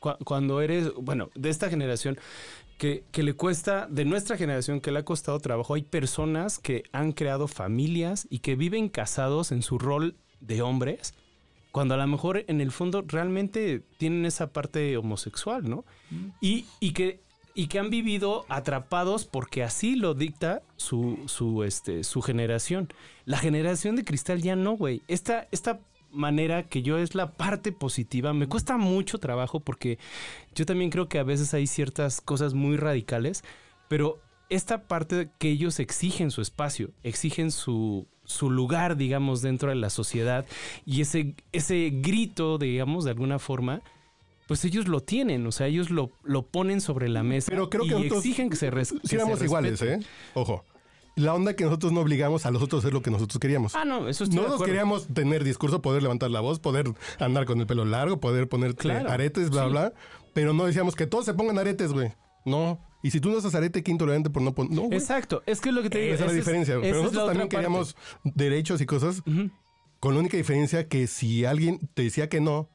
E: cua- Cuando eres, bueno, de esta generación que, que le cuesta, de nuestra generación que le ha costado trabajo, hay personas que han creado familias y que viven casados en su rol de hombres, cuando a lo mejor en el fondo realmente tienen esa parte homosexual, ¿no? Y, y que, y que han vivido atrapados porque así lo dicta su, su, este, su generación. La generación de cristal ya no, güey. Esta, esta manera que yo es la parte positiva, me cuesta mucho trabajo porque yo también creo que a veces hay ciertas cosas muy radicales, pero esta parte que ellos exigen su espacio, exigen su, su lugar, digamos, dentro de la sociedad y ese, ese grito, digamos, de alguna forma, pues ellos lo tienen, o sea, ellos lo, lo ponen sobre la mesa
B: Pero creo que
E: y
B: nosotros
E: exigen que se res- que
B: Sí
E: se
B: éramos iguales,
E: respete.
B: ¿eh? Ojo. La onda que nosotros no obligamos a los otros a hacer lo que nosotros queríamos.
E: Ah, no, eso estoy de
B: Nosotros
E: acuerdo.
B: queríamos tener discurso, poder levantar la voz, poder andar con el pelo largo, poder poner eh,
E: Claro,
B: aretes, bla,
E: sí.
B: bla. Pero no decíamos que todos se pongan aretes, güey. No. Y si tú no haces arete, qué intolerante por no poner. No, güey.
E: Exacto, es que es lo que te digo.
B: Eh, Esa es la
E: ese
B: diferencia.
E: esa
B: Pero
E: es
B: nosotros
E: la
B: también
E: otra parte.
B: queríamos derechos y cosas, con la única diferencia que si alguien te decía que no,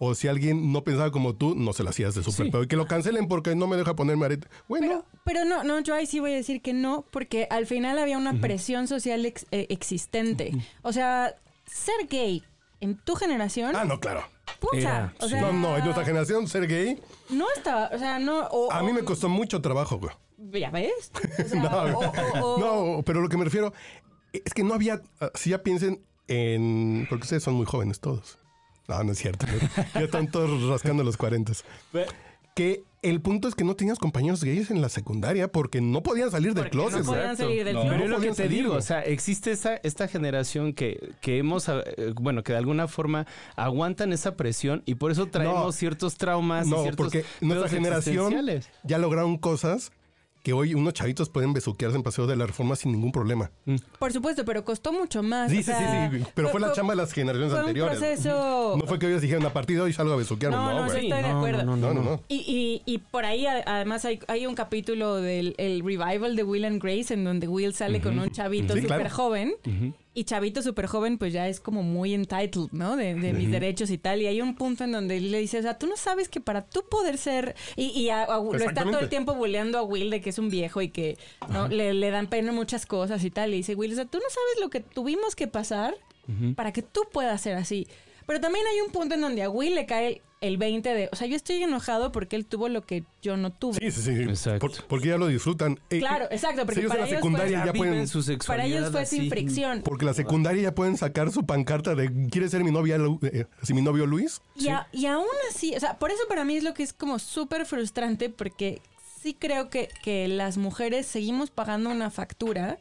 B: o si alguien no pensaba como tú, no se lo hacías de súper
E: Sí.
B: pedo. Y que lo cancelen porque no me deja ponerme arete. Bueno,
C: Pero, pero no, no, yo ahí sí voy a decir que no, porque al final había una presión social ex- eh, existente. O sea, ser gay en tu generación,
B: ah, no, claro.
C: pucha.
E: Era,
C: o
E: sí.
C: sea,
B: No, no, en nuestra generación ser gay,
C: no estaba, o sea, no. o-
B: a mí
C: o-
B: me costó mucho trabajo, güey.
C: Ya ves. O sea,
B: No,
C: o- o- o-
B: no, pero lo que me refiero es que no había, ah, si ya piensen en, porque ustedes son muy jóvenes todos, No, no es cierto. Ya están todos rascando los 40. Que el punto es que no tenías compañeros gays en la secundaria porque no podían salir del
E: Porque no
B: closet.
C: No
B: güey.
C: podían salir del
D: No.
C: club.
E: Pero es lo que
B: podían
E: te
B: salir,
E: digo,
B: güey.
E: o sea, existe esta, esta generación que, que hemos, eh, bueno, que de alguna forma aguantan esa presión y por eso traemos
B: No.
E: ciertos traumas. y
B: No,
E: ciertos
B: porque nuestra
E: pedos
B: generación
E: existenciales.
B: ya lograron cosas que hoy unos chavitos pueden besuquearse en Paseo de la Reforma sin ningún problema.
C: Por supuesto, pero costó mucho más.
B: Sí,
C: o
B: sí,
C: sea,
B: sí, sí, Pero fue la chamba de las generaciones
C: fue un
B: anteriores. güey.
C: proceso-
B: No fue que ellos dijeron a partir de hoy salgo a besuquearme.
C: No,
B: No,
C: no,
B: güey.
C: sí. Estoy de acuerdo.
B: No, no, no.
C: Y, y, y por ahí a- además hay, hay un capítulo del el revival de Will and Grace en donde Will sale con un chavito
B: Sí,
C: súper
B: claro.
C: joven y chavito súper joven pues ya es como muy entitled, ¿no? De, de mis derechos y tal. Y hay un punto en donde le dice, o sea, tú no sabes que para tú poder ser... Y, y a- a- lo está todo
B: Exactamente.
C: el tiempo buleando a Will de que es un viejo y que ¿no? le, le dan pena muchas cosas y tal. Y dice, Will, o sea, tú no sabes lo que tuvimos que pasar para que tú puedas ser así. Pero también hay un punto en donde a Will le cae el, el 20 de, o sea, yo estoy enojado porque él tuvo lo que yo no tuve.
B: Sí, sí, sí.
E: Exacto.
B: Por- porque ya lo disfrutan. Eh,
C: Claro, exacto, porque
B: si ellos en
C: para
B: la
C: ellos
B: secundaria
D: pues,
B: ya
C: fue-
E: Viven
B: pueden...
E: su
C: Para
E: sexualidad
C: ellos fue sin
E: así.
C: fricción.
B: Porque la secundaria ya pueden sacar su pancarta de ¿Quieres ser mi novia, Lu- eh, si mi novio Luis?
C: Y, a- y aún así, o sea, por eso para mí es lo que es como súper frustrante porque sí creo que, que las mujeres seguimos pagando una factura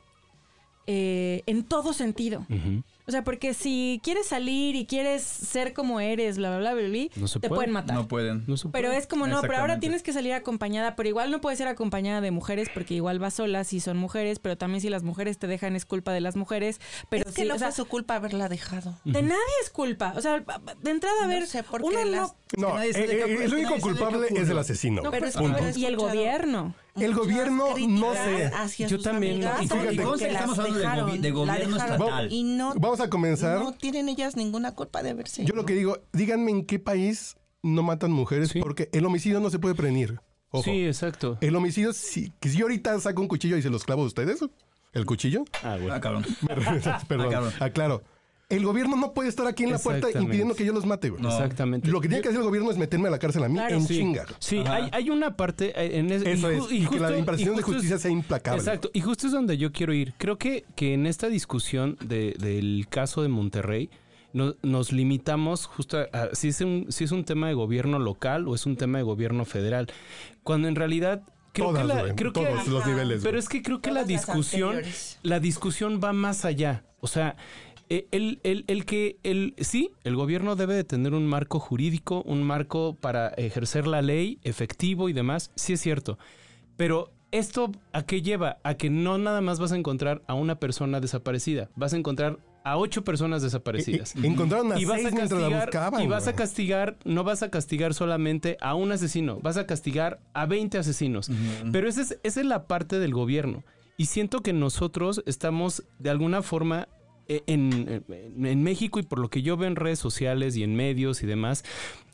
C: eh, en todo sentido.
E: Ujú.
C: O sea, porque si quieres salir y quieres ser como eres, bla, bla, bla, bla, bla,
E: No se
C: te
E: puede.
C: pueden matar.
D: No pueden.
E: No se
C: Pero
E: puede.
C: es como, no, pero ahora
D: Exactamente.
C: tienes que salir acompañada, pero igual no puedes ser acompañada de mujeres porque igual vas sola si son mujeres, pero también si las mujeres te dejan es culpa de las mujeres. Pero
F: es que
C: sí,
F: no
C: o sea,
F: fue su culpa haberla dejado.
C: de nadie es culpa. O sea, de entrada, a ver,
F: No sé por qué
C: uno no-
F: las-
B: No,
D: nadie
B: eh,
D: se
B: eh,
D: deja-
B: el
D: que
B: único
D: nadie se deja
B: culpable
D: ocurrir.
B: es el asesino.
F: No, pero es que
B: punto.
F: no es-
C: y el
F: escuchado.
C: gobierno.
B: El
F: Muchas
B: gobierno, no sé.
F: críticas hacia
E: Yo
F: sus
E: también.
F: amigas
B: Y fíjate-
F: porque
B: Y
D: conste que
F: las
D: estamos hablando de
F: dejaron,
D: gobi- de
F: la
D: gobierno
F: dejaron.
D: estatal.
F: Y no,
B: Vamos a comenzar.
F: no tienen ellas ninguna culpa de haberse.
B: Yo lo que digo, díganme en qué país no matan mujeres
E: Sí.
B: porque el homicidio no se puede prevenir. Ojo.
E: Sí, exacto.
B: El homicidio, si, que si yo ahorita saco un cuchillo y se los clavo a ustedes, el cuchillo,
E: Ah, güey.
D: Ah, cabrón. Ah,
B: perdón,
D: cabrón.
B: aclaro. El gobierno no puede estar aquí en la puerta
E: Exactamente.
B: impidiendo que yo los mate. güey.
D: No.
E: Exactamente.
B: Lo que tiene que hacer el gobierno es meterme a la cárcel a mí
C: Claro.
B: en
E: Sí,
B: chinga.
E: Sí,
D: Ajá.
E: hay, hay una parte eh, en es-
B: Eso
E: ju-
B: es, y que la
E: justo-
B: impartición de
E: justo es-
B: justicia sea implacable.
E: Exacto, y justo es donde yo quiero ir. Creo que, que en esta discusión de- del caso de Monterrey no- nos limitamos justo a, a si, es un, si es un tema de gobierno local o es un tema de gobierno federal, cuando en realidad creo
B: Todas,
E: que, la-
B: güey,
E: creo que-
B: todos los niveles.
E: pero
B: güey.
E: es que creo que la
F: Todas las
E: discusión,
F: anteriores.
E: la discusión va más allá. O sea, eh, el, el- el que el sí, el gobierno debe de tener un marco jurídico, un marco para ejercer la ley efectivo y demás. Sí es cierto. Pero esto a qué lleva? A que no nada más vas a encontrar a una persona desaparecida, vas a encontrar a ocho personas desaparecidas.
B: Y- y- encontraron a
E: Y vas,
B: seis
E: a
B: mientras la
E: castigar,
B: buscaban.
E: y vas a
B: güey.
E: castigar, no vas a castigar solamente a un asesino, vas a castigar a 20 asesinos. Pero esa es, esa es la parte del gobierno. Y siento que nosotros estamos de alguna forma eh, en, en- en México y por lo que yo veo en redes sociales y en medios y demás,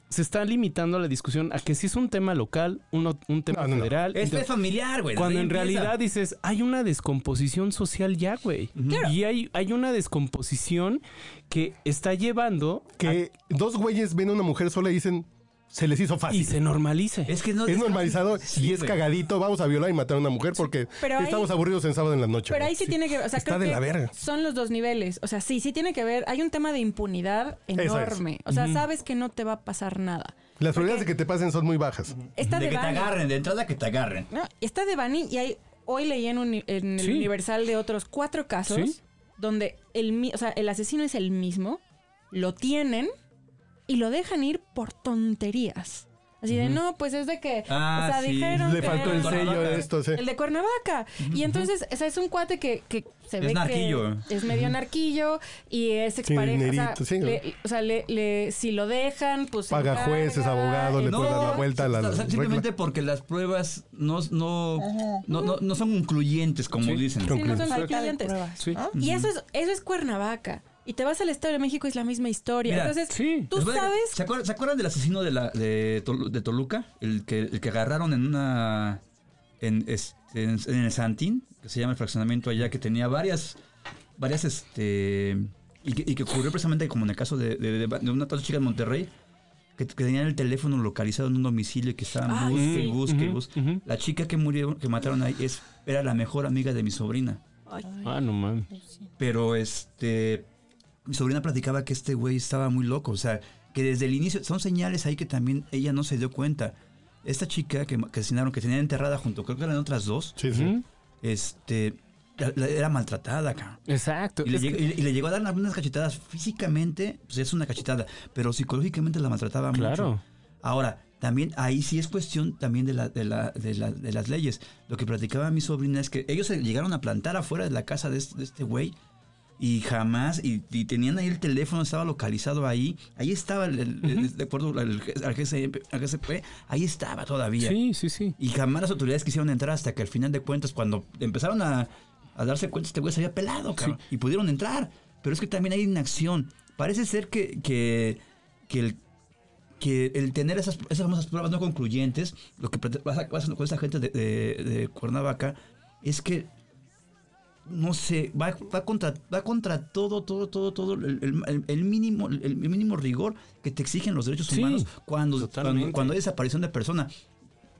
E: se está limitando la discusión a que si es un tema local, uno- un tema
B: No, no, no.
E: federal.
D: Esto es
E: entonces-
D: familiar, güey.
E: cuando en
D: Desde ahí
E: realidad
D: Este empieza.
E: dices, hay una descomposición social ya, güey. Y hay, hay una descomposición que está llevando
B: Que dos güeyes ven a una mujer sola y dicen, se les hizo fácil.
E: y se normalice.
D: Es que no.
B: es normalizado
D: Sí,
B: y es
D: güey.
B: cagadito. Vamos a violar y matar a una mujer porque
C: Pero ahí-
B: estamos aburridos en sábado en la noche.
C: Pero
B: güey.
C: ahí sí, tiene que ver, o sea,
B: Está
C: creo
B: de
C: que
B: la verga.
C: son los dos niveles. O sea, sí, sí tiene que ver. Hay un tema de impunidad
B: es.
C: enorme. O sea, sabes que no te va a pasar nada.
B: Las probabilidades de que te pasen son muy bajas.
C: Está
D: de
C: de,
D: que te
C: Bani.
D: agarren, de entrada que te agarren.
C: No, está de Bani y hay, hoy leí en, un- en el
E: Sí.
C: Universal de otros cuatro casos
E: Sí.
C: donde el, mi- o sea, el asesino es el mismo, lo tienen y lo dejan ir por tonterías. Así de, no, pues es de que,
D: Ah,
C: o sea,
D: sí.
C: dijeron
B: Le
C: que
B: faltó
C: era-
B: el sello de esto. sí.
C: El de Cuernavaca. Y entonces, o sea, es un cuate que, que se
D: Es
C: ve
D: narquillo.
C: que es medio narquillo y es expareja.
B: dinerito,
C: o sea,
B: sí.
C: le- o sea, le- le- si lo dejan, pues. se
B: Paga jueces,
C: encarga,
B: abogados, le
C: eh,
B: puede dar la vuelta a la
D: o sea, simplemente
B: regla.
D: porque las pruebas no, no, no, no, no son concluyentes, como
E: Sí.
D: dicen.
C: Sí, no son
F: Falta de
C: concluyentes.
F: pruebas,
E: Sí.
F: ¿no?
C: Y eso es, eso es Cuernavaca. Y te vas al Estado de México y es la misma historia.
D: Mira,
C: Entonces,
E: sí.
C: tú
D: Les voy a-
C: sabes.
D: ¿Se acuerdan, ¿se acuerdan del asesino de, la, de, Tolu- de Toluca? El que, el que agarraron en una. En, este, en, en el Santín, que se llama el fraccionamiento allá, que tenía varias. Varias, este. Y que, y que ocurrió precisamente como en el caso de, de, de- de una tal chica en Monterrey, que, que tenían el teléfono localizado en un domicilio y que estaban
C: Ay,
D: busque,
C: Ah, sí.
D: busque,
E: Ujú,
D: busque.
E: ujú.
D: La chica que murió, que mataron ahí, es, era la mejor amiga de mi sobrina.
E: Ah, no mames.
D: Pero este. Mi sobrina platicaba que este güey estaba muy loco. O sea, que desde el inicio son señales ahí que también ella no se dio cuenta. Esta chica que, que asesinaron, que tenían enterrada junto, creo que eran otras dos,
B: Sí, sí.
E: Ujú.
D: este, la- la- era maltratada, cabrón.
E: Exacto.
D: Y le,
E: Es
D: llegó,
E: que-
D: y le llegó a dar algunas cachetadas. Físicamente, pues es una cachetada, pero psicológicamente la maltrataba mucho.
E: claro.
D: Ahora, también ahí sí es cuestión también de, la- de la- de la- de las leyes. Lo que platicaba mi sobrina es que ellos se llegaron a plantar afuera de la casa de este, de este güey y jamás, y, y tenían ahí el teléfono, estaba localizado ahí. Ahí estaba, el, el- el- de acuerdo al, al GCP, al GCP, ahí estaba todavía.
E: Sí, sí, sí.
D: Y jamás las autoridades quisieron entrar hasta que al final de cuentas, cuando empezaron a, a darse cuenta, este güey se había pelado, cabrón. Y pudieron entrar. Pero es que también hay inacción. Parece ser que, que, que el, que el tener esas, esas famosas pruebas no concluyentes, lo que prete- pasa, pasa con esta gente de, de- de Cuernavaca, es que, no sé, va, va, contra, va contra todo, todo, todo, todo, el, el- el mínimo, el, el mínimo rigor que te exigen los derechos
E: Sí,
D: humanos cuando, cuando,
E: totalmente.
D: cuando hay desaparición de persona.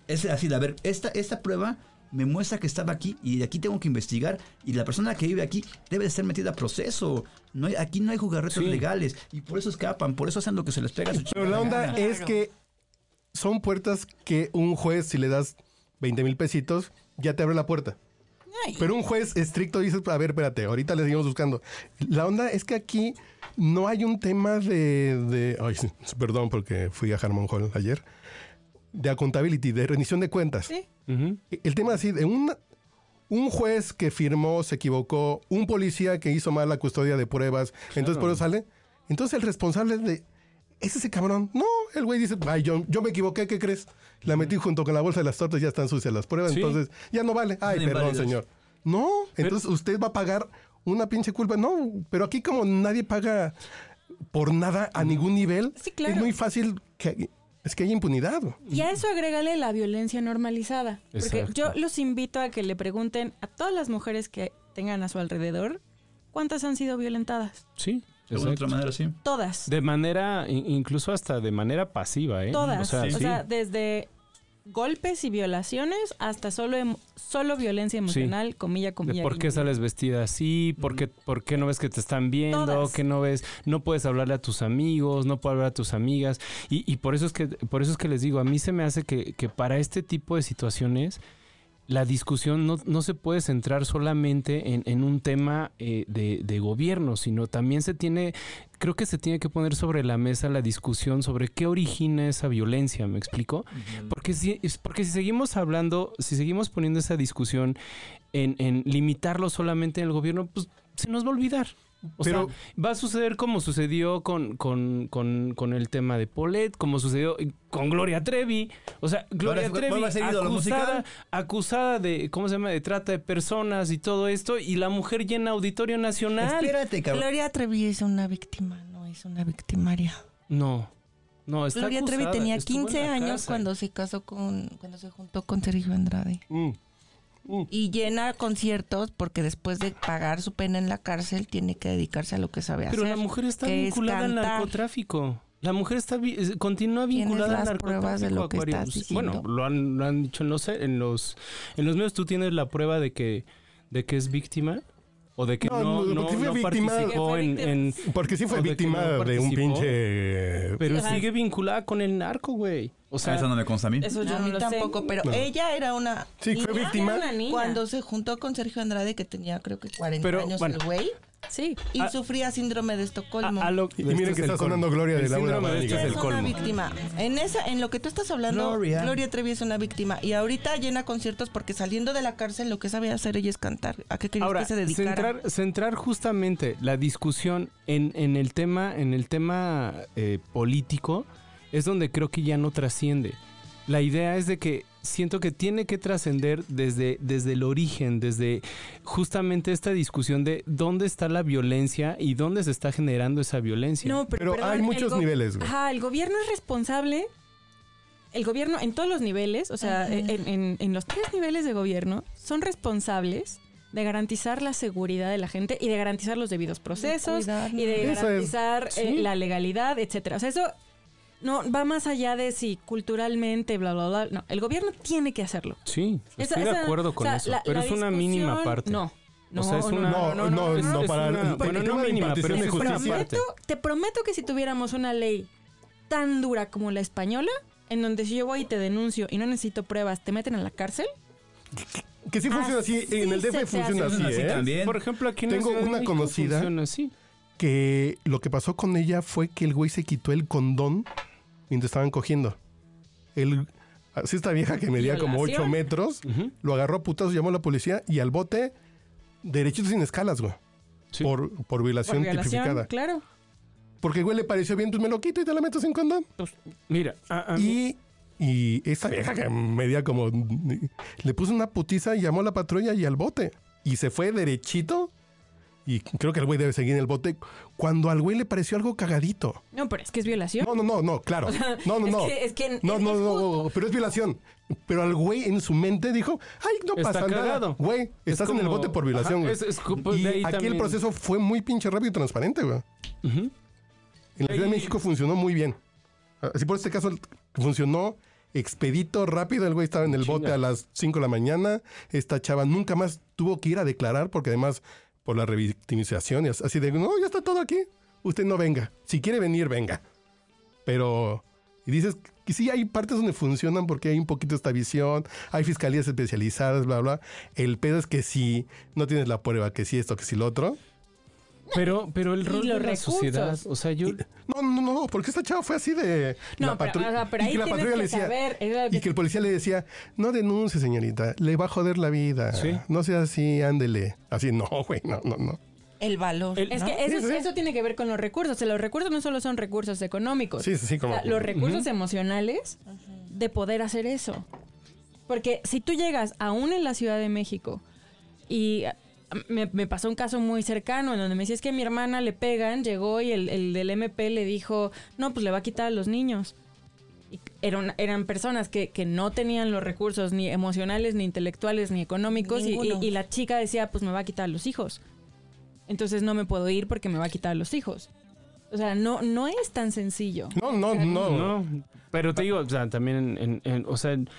D: Es así, de, a ver, esta, esta prueba me muestra que estaba aquí y de aquí tengo que investigar y la persona que vive aquí debe de ser metida a proceso. No hay, aquí no hay jugarretos
E: Sí.
D: legales y por eso escapan, por eso hacen lo que se les pega a su
B: Pero la
D: chingada
B: onda
D: gana.
B: es que son puertas que un juez, si le das 20 mil pesitos, ya te abre la puerta.
C: Ay.
B: Pero un juez estricto dice, a ver, espérate, ahorita le seguimos buscando. La onda es que aquí no hay un tema de... de- ay, sí, perdón porque fui a Harmon Hall ayer. De accountability, de rendición de cuentas.
C: Sí.
E: Ujú.
B: El tema así, de un, un juez que firmó, se equivocó, un policía que hizo mal la custodia de pruebas, entonces por eso sale. Entonces el responsable de... ¿Es ese cabrón? No, el güey dice, ay, yo, yo me equivoqué, ¿qué crees? La metí junto con la bolsa de las tortas, ya están sucias las pruebas,
E: Sí.
B: entonces ya no vale. Ay,
D: Son
B: perdón,
D: inválidas.
B: señor. No, entonces usted va a pagar una pinche culpa. No, pero aquí como nadie paga por nada a ningún nivel,
C: Sí, claro.
B: es muy fácil que... Es que hay impunidad.
C: Y a eso agrégale la violencia normalizada. Porque
E: Exacto.
C: yo los invito a que le pregunten a todas las mujeres que tengan a su alrededor cuántas han sido violentadas.
E: Sí.
D: De alguna
E: exacto.
D: otra manera, sí.
C: Todas.
E: De manera, in- incluso hasta de manera pasiva, ¿eh?
C: todas.
E: O sea, sí.
C: desde golpes y violaciones hasta solo, em- solo violencia emocional, comilla,
E: De
C: comilla.
E: por qué
C: guiño,
E: sales vestida así, por qué, por qué no ves que te están viendo,
C: Todas.
E: que no ves, no puedes hablarle a tus amigos, no puedes hablar a tus amigas. Y, y por eso es que, por eso es que les digo, a mí se me hace que, que para este tipo de situaciones, la discusión no, no se puede centrar solamente en, en un tema eh, de, de gobierno, sino también se tiene, creo que se tiene que poner sobre la mesa la discusión sobre qué origina esa violencia, ¿me explico? Porque si, es porque si seguimos hablando, si seguimos poniendo esa discusión en, en limitarlo solamente en el gobierno, pues se nos va a olvidar. O
B: Pero-
E: sea, va a suceder como sucedió con, con, con, con el tema de Polet, como sucedió con Gloria Trevi. O sea, Gloria
D: Ahora,
E: Trevi
D: ¿vuelve a ser ídolo musical?
E: acusada, acusada de, ¿cómo se llama?, de trata de personas y todo esto, y la mujer llena Auditorio Nacional.
D: Espérate, cabrón.
F: Gloria Trevi es una víctima, no es una victimaria.
E: No, no, está
F: Gloria Trevi
E: acusada,
F: tenía
E: estuvo en
F: 15
E: la
F: años
E: cárcel.
F: cuando se casó con, cuando se juntó con Sergio Andrade.
D: Mm.
F: Y llena conciertos porque después de pagar su pena en la cárcel tiene que dedicarse a lo que sabe
E: Pero
F: hacer.
E: la mujer está
F: que es
E: vinculada al
F: cantar.
E: narcotráfico. La mujer está vi- es- continúa
F: Tienes
E: vinculada al
F: las
E: narcotráfico.
F: pruebas de lo que
E: Acuario.
F: estás
E: Sí,
F: diciendo.
E: Bueno, lo han, lo han dicho en los en los en los medios. Tú tienes la prueba de que de que es víctima o de que no,
B: No, no,
E: no,
B: porque fue
E: no
B: víctima.
E: participó en, en-
B: Porque sí fue
E: O de que
B: víctima
E: no
B: de un
E: participó.
B: pinche...
E: pero
C: Ajá.
E: sigue vinculada con el narco, güey. O sea,
D: Ah, eso no me consta a mí.
C: guiño. Eso
F: No,
C: yo
F: a
C: no,
F: mí
C: lo sé.
F: tampoco, pero ella era una
B: Sí, fue
F: niña
B: víctima.
C: Era una niña.
F: cuando se juntó con Sergio Andrade que tenía creo que 40
E: Pero,
F: años
E: bueno.
F: el güey
C: Sí.
F: y
E: Ah.
F: sufría síndrome de Estocolmo.
E: a- a lo-
B: Y miren
E: este
B: que
E: es el
B: está
E: colmo.
B: sonando Gloria de
E: El
B: Laura
E: síndrome de este es
B: Vanega.
F: es
E: el
F: una
E: colmo.
F: víctima. En esa, en lo que tú estás hablando,
D: Gloria.
F: Gloria. Trevi es una víctima. Y ahorita llena conciertos porque saliendo de la cárcel lo que sabía hacer ella es cantar. ¿A qué querías
E: Ahora,
F: que se dedicara?
E: centrar, centrar justamente la discusión en, en el tema, en el tema eh, político es donde creo que ya no trasciende. La idea es de que siento que tiene que trascender desde, desde el origen, desde justamente esta discusión de dónde está la violencia y dónde se está generando esa violencia.
C: No, pero,
B: Pero
C: perdón,
B: hay
C: el
B: muchos
C: go-
B: niveles, güey.
C: Ajá, el gobierno es responsable. El gobierno en todos los niveles, o sea,
F: Ajá.
C: en, en- en los tres niveles de gobierno, son responsables de garantizar la seguridad de la gente y de garantizar los debidos procesos
F: cuidarla.
C: y de
B: Eso es,
C: garantizar eh,
E: sí.
C: la legalidad, etcétera. O sea, eso no va más allá de si culturalmente, bla, bla, bla. No, el gobierno tiene que hacerlo.
E: Sí,
C: Esa-
E: estoy de
C: esa-
E: acuerdo
C: o
E: con
C: sea,
E: eso,
C: la-
E: pero
C: la
E: es una
C: discusión-
E: mínima parte.
C: No. No,
E: o sea, es
C: no,
E: una,
C: no, no, no,
B: no,
E: es
B: para-
E: una-
B: para
E: bueno,
B: el
E: no
B: tema de
E: mínima,
B: impartición
E: pero
B: de
E: es una
B: justicia.
E: parte.
C: Prometo- te prometo que si tuviéramos una ley tan dura como la española, en donde si yo voy y te denuncio y no necesito pruebas, te meten a la cárcel.
B: Que sí funciona así,
C: Así
B: en el
C: se
B: DF
C: te
B: funciona
D: hace.
B: así,
D: Así
B: ¿eh?
D: también. Bien.
E: Por ejemplo, aquí en la
B: Tengo
E: Ciudad de
B: una
E: México
B: conocida.
E: funciona así.
B: Que lo que pasó con ella fue que el güey se quitó el condón mientras estaban cogiendo. El, así esta vieja que medía como 8
C: Violación.
B: metros, lo agarró a putazos, llamó a la policía y al bote, derechito sin escalas, güey.
E: Sí.
B: Por, por violación
C: Por violación,
B: tipificada.
C: claro.
B: Porque güey le pareció bien, pues me lo quito y te la meto sin condón.
E: Mira, ah, a- a mí-
B: Y, y esta vieja que medía como. Le puso una putiza y llamó a la patrulla y al bote. Y se fue derechito. Y creo que el güey debe seguir en el bote. Cuando al güey le pareció algo cagadito.
C: No, pero es que es violación.
B: No, no, no, no, claro. No, no,
C: es
B: no.
C: que- es que-
B: no,
C: es
B: no,
C: que
B: no,
C: justo-
B: no, pero es violación. Pero al güey en su mente dijo, ay, no
E: Está
B: pasa nada.
E: cagado.
B: Güey,
E: Es
B: estás en el
E: como-
B: bote por violación,
E: Ajá,
B: güey.
E: es- es como-
B: y
E: de ahí
B: aquí el
E: también.
B: proceso fue muy pinche rápido y transparente, güey.
E: Ujú.
B: En la Ciudad de México funcionó muy bien. Así por este caso funcionó expedito, rápido. El güey estaba en el bote
E: Chinga.
B: a las 5 de la mañana. Esta chava nunca más tuvo que ir a declarar porque además por la revictimización y as- así de, no, ya está todo aquí. Usted no venga. Si quiere venir, venga. Pero... Y dices que sí hay partes donde funcionan porque hay un poquito esta visión, hay fiscalías especializadas, bla, bla. El pedo es que si no tienes la prueba, que si esto, que si lo otro.
E: pero, pero el
C: Y
E: rol de la
C: los recursos.
E: sociedad, o sea, yo...
B: No, no, no, porque esta chava fue así de.
C: No,
B: la
C: pero,
B: patru-
C: o sea, pero
B: y
C: ahí
B: que la
C: tienes
B: patrulla
C: que
B: le decía.
C: saber, es lo que-
B: Y que el policía le decía, no denuncie, señorita, le va a joder la vida.
E: Sí.
B: No sea así, ándele. Así, no, güey, no, no, no.
F: El valor.
E: El-
C: Es
E: ¿no?
C: que eso,
B: Sí, sí.
C: eso tiene que ver con los recursos. O sea, los recursos no solo son recursos económicos.
B: Sí, sí, sí,
C: Pues, O
B: como.
C: sea, los recursos emocionales de poder hacer eso. Porque si tú llegas aún en la Ciudad de México y ah, me, me pasó un caso muy cercano en donde me decía, es que a mi hermana le pegan, llegó y el, el del MP le dijo, no, pues le va a quitar a los niños. Y eran, eran personas que, que no tenían los recursos ni emocionales, ni intelectuales, ni económicos. Y, y-
F: Ninguno.
C: y la chica decía, pues me va a quitar a los hijos. Entonces no me puedo ir porque me va a quitar a los hijos. O sea, no, no es tan sencillo.
B: No, no, no.
E: No, pero te digo, o sea, también, en, en- en- o sea, en-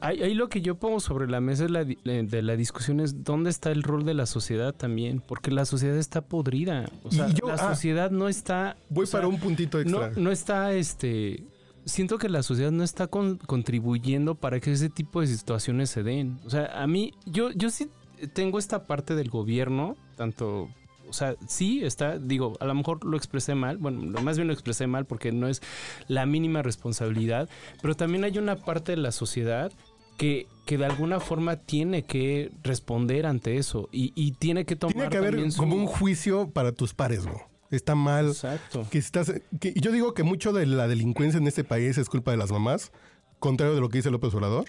E: ahí, ahí lo que yo pongo sobre la mesa es la di- eh, de la discusión es dónde está el rol de la sociedad también, porque la sociedad está podrida, o
B: Y
E: sea,
B: yo-
E: la
B: ah,
E: sociedad no está...
B: Voy
E: o sea,
B: para un puntito
E: no,
B: extra.
E: no está, este, siento que la sociedad no está con- contribuyendo para que ese tipo de situaciones se den. O sea, a mí, yo, yo sí tengo esta parte del gobierno, tanto, o sea, sí está, digo, a lo mejor lo expresé mal, bueno, lo más bien lo expresé mal porque no es la mínima responsabilidad, pero también hay una parte de la sociedad que, que de alguna forma tiene que responder ante eso y, y tiene que tomar
B: Tiene que haber
E: también su-
B: como un juicio para tus pares, güey. Está mal.
E: Exacto.
B: que estás. Que, yo digo que mucho de la delincuencia en este país es culpa de las mamás, contrario de lo que dice López Obrador,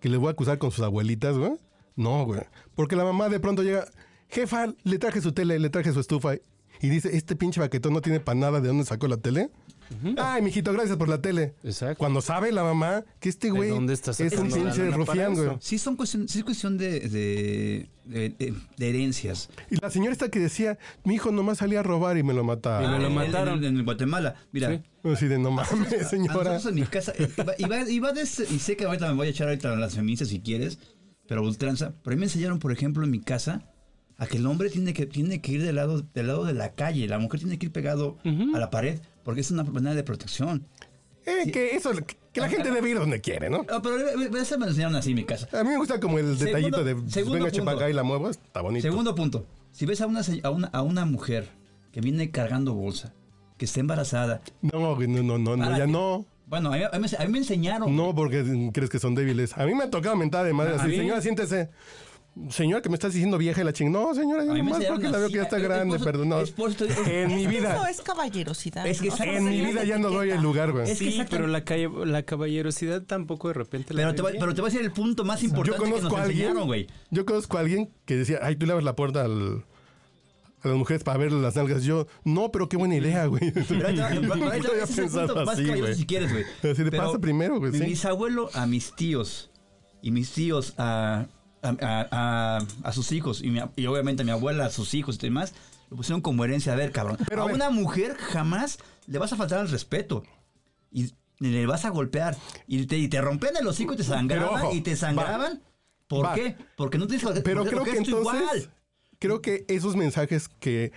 B: que les voy a acusar con sus abuelitas, güey. No, güey. Porque la mamá de pronto llega, jefa, le traje su tele, le traje su estufa. Y dice, este pinche baquetón no tiene para nada de dónde sacó la tele. Ay, mijito, gracias por la tele.
E: Exacto.
B: Cuando sabe la mamá que este
E: ¿De
B: güey
E: dónde está
B: es un
E: sacando la
B: pinche
E: lana para
B: rufián,
E: eso?
B: güey.
D: Sí, son cuestión, sí es cuestión de, de, de- de- de herencias.
B: Y la señora esta que decía, mi hijo nomás salía a robar Ah. y me lo mataba.
E: Y me lo Ah,
D: En- en-
E: mataron.
D: En, en Guatemala. Mira,
E: Sí.
B: Así de, no mames,
D: a
B: señora.
D: nosotros en mi casa. Iba, iba- iba de ese- y sé que ahorita me voy a echar ahorita a las feministas si quieres, pero ultranza. Pero a mí me enseñaron, por ejemplo, en mi casa, a que el hombre tiene que, tiene que ir del lado, del lado de la calle. La mujer tiene que ir pegado a la pared, porque es una manera de protección.
B: Eh, que eso, que la gente debe ir donde quiere, ¿no?
D: Ah, pero eh, eh, esa me enseñaron así en mi casa.
B: A mí me gusta como el
D: Segundo-
B: detallito de pues,
D: segundo
B: venga
D: punto.
B: chepacá y la muevo, está bonito.
D: Segundo punto. Si ves a una, se- a una, a una mujer que viene cargando bolsa, que está embarazada,
B: No, güey, no, no, no, no, ya
D: Párate.
B: no.
D: bueno, a mí, a mí me- a mí me enseñaron.
B: No, porque crees que son débiles. A mí me ha tocado mentada de madre.
E: A
B: Así,
E: mí-
B: señora, siéntese. Señora, que me estás diciendo vieja y la ching. No, señora, yo
D: A mí me
B: nomás
D: enseñaron
B: porque la veo que ya
D: así.
B: está
D: Es- es
B: grande,
D: por eso-
B: perdón. no.
D: es por eso- es-
B: En mi
F: Es que Eso
B: vida,
F: es caballerosidad.
D: Es que
F: ¿no?
D: esa-
F: Son
B: en mi
F: reglas
B: vida
F: de
B: ya no doy el
F: etiqueta.
B: lugar, güey.
D: Es que
E: Sí,
D: exactamente-
E: pero la, calle- la caballerosidad tampoco de repente la
D: Pero te,
E: ves
D: voy,
E: bien.
D: pero te voy a decir el punto más
B: Yo
D: importante que
B: conozco
D: nos
B: a alguien.
D: enseñaron, güey.
B: Yo conozco a alguien que decía, ay, tú le abres la puerta al- a las mujeres para ver las nalgas. Yo, no, pero qué buena idea, güey.
D: Pero ahí te va- pero ahí te va-
B: Nunca había
D: ese es el punto
B: pensado
D: más
B: así,
D: caballeroso
B: güey.
D: si quieres, güey.
B: Así de,
D: Pero
B: pasa primero, güey,
D: Mi
B: sí.
D: bisabuelo a mis tíos y mis tíos a, a, a- a- a sus hijos y, mi a- y obviamente a mi abuela, a sus hijos y demás, lo pusieron como herencia. A ver, cabrón.
B: Pero,
D: a
B: a ver.
D: una mujer jamás le vas a faltar al respeto. Y le vas a golpear. Y te, y te rompían el hocico y te sangraban.
B: ojo,
D: y te sangraban. ¿Por
B: va.
D: qué? Porque no tienes que
B: Pero
E: Pues,
D: porque
B: creo que
D: esto
B: entonces. Creo que esos mensajes que,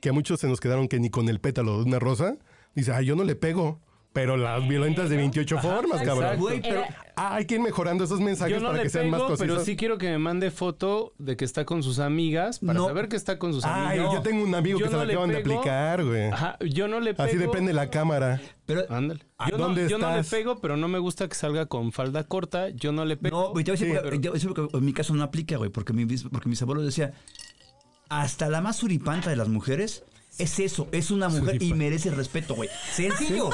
B: que a muchos se nos quedaron que ni con el pétalo de una rosa, dice, ay, yo no le pego. Pero las violentas de 28 formas, cabrón.
D: Güey, pero
B: Ah, hay que ir mejorando esos mensajes
E: Yo no
B: para
E: le
B: que sean más
E: tengo, pero
B: concisos.
E: sí quiero que me mande foto de que está con sus amigas para
D: No.
E: saber que está con sus
B: Ay,
E: amigas.
B: yo tengo un amigo
E: Yo
B: que se
E: no
B: la
E: le
B: acaban de
E: pego.
B: aplicar, güey.
E: Ajá, yo no le pego.
B: Así depende la cámara.
D: pero
E: Ándale.
B: ¿A
E: Yo, no-
B: dónde
E: yo no, le
B: estás?
E: pego, pero no me gusta que salga con falda corta. Yo no le pego.
D: No, güey, te voy a decir,
B: Sí,
D: porque-
B: pero-
D: te voy a decir porque en mi caso no aplica, güey, porque, mi, bis- porque mis abuelos decían, hasta la más suripanta de las mujeres es eso, es una mujer y merece respeto, güey. Sencillo.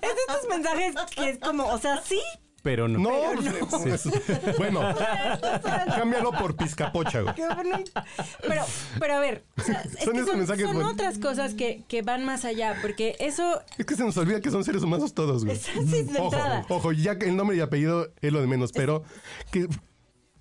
C: Es de estos mensajes que es como, o sea, sí,
E: Pero no.
B: No, pues, es- bueno, cámbialo por pizcapocha, güey.
C: Qué bueno. Pero, pero a ver, o sea, es
B: Son
C: que
B: esos
C: son,
B: mensajes
C: son
B: bonitos.
C: otras cosas que, que van más allá, porque eso
B: Es que se nos olvida que son seres humanos todos, güey.
C: es así de
B: Ojo,
C: entrada.
B: ojo, ya que el nombre y apellido es lo de menos, pero que,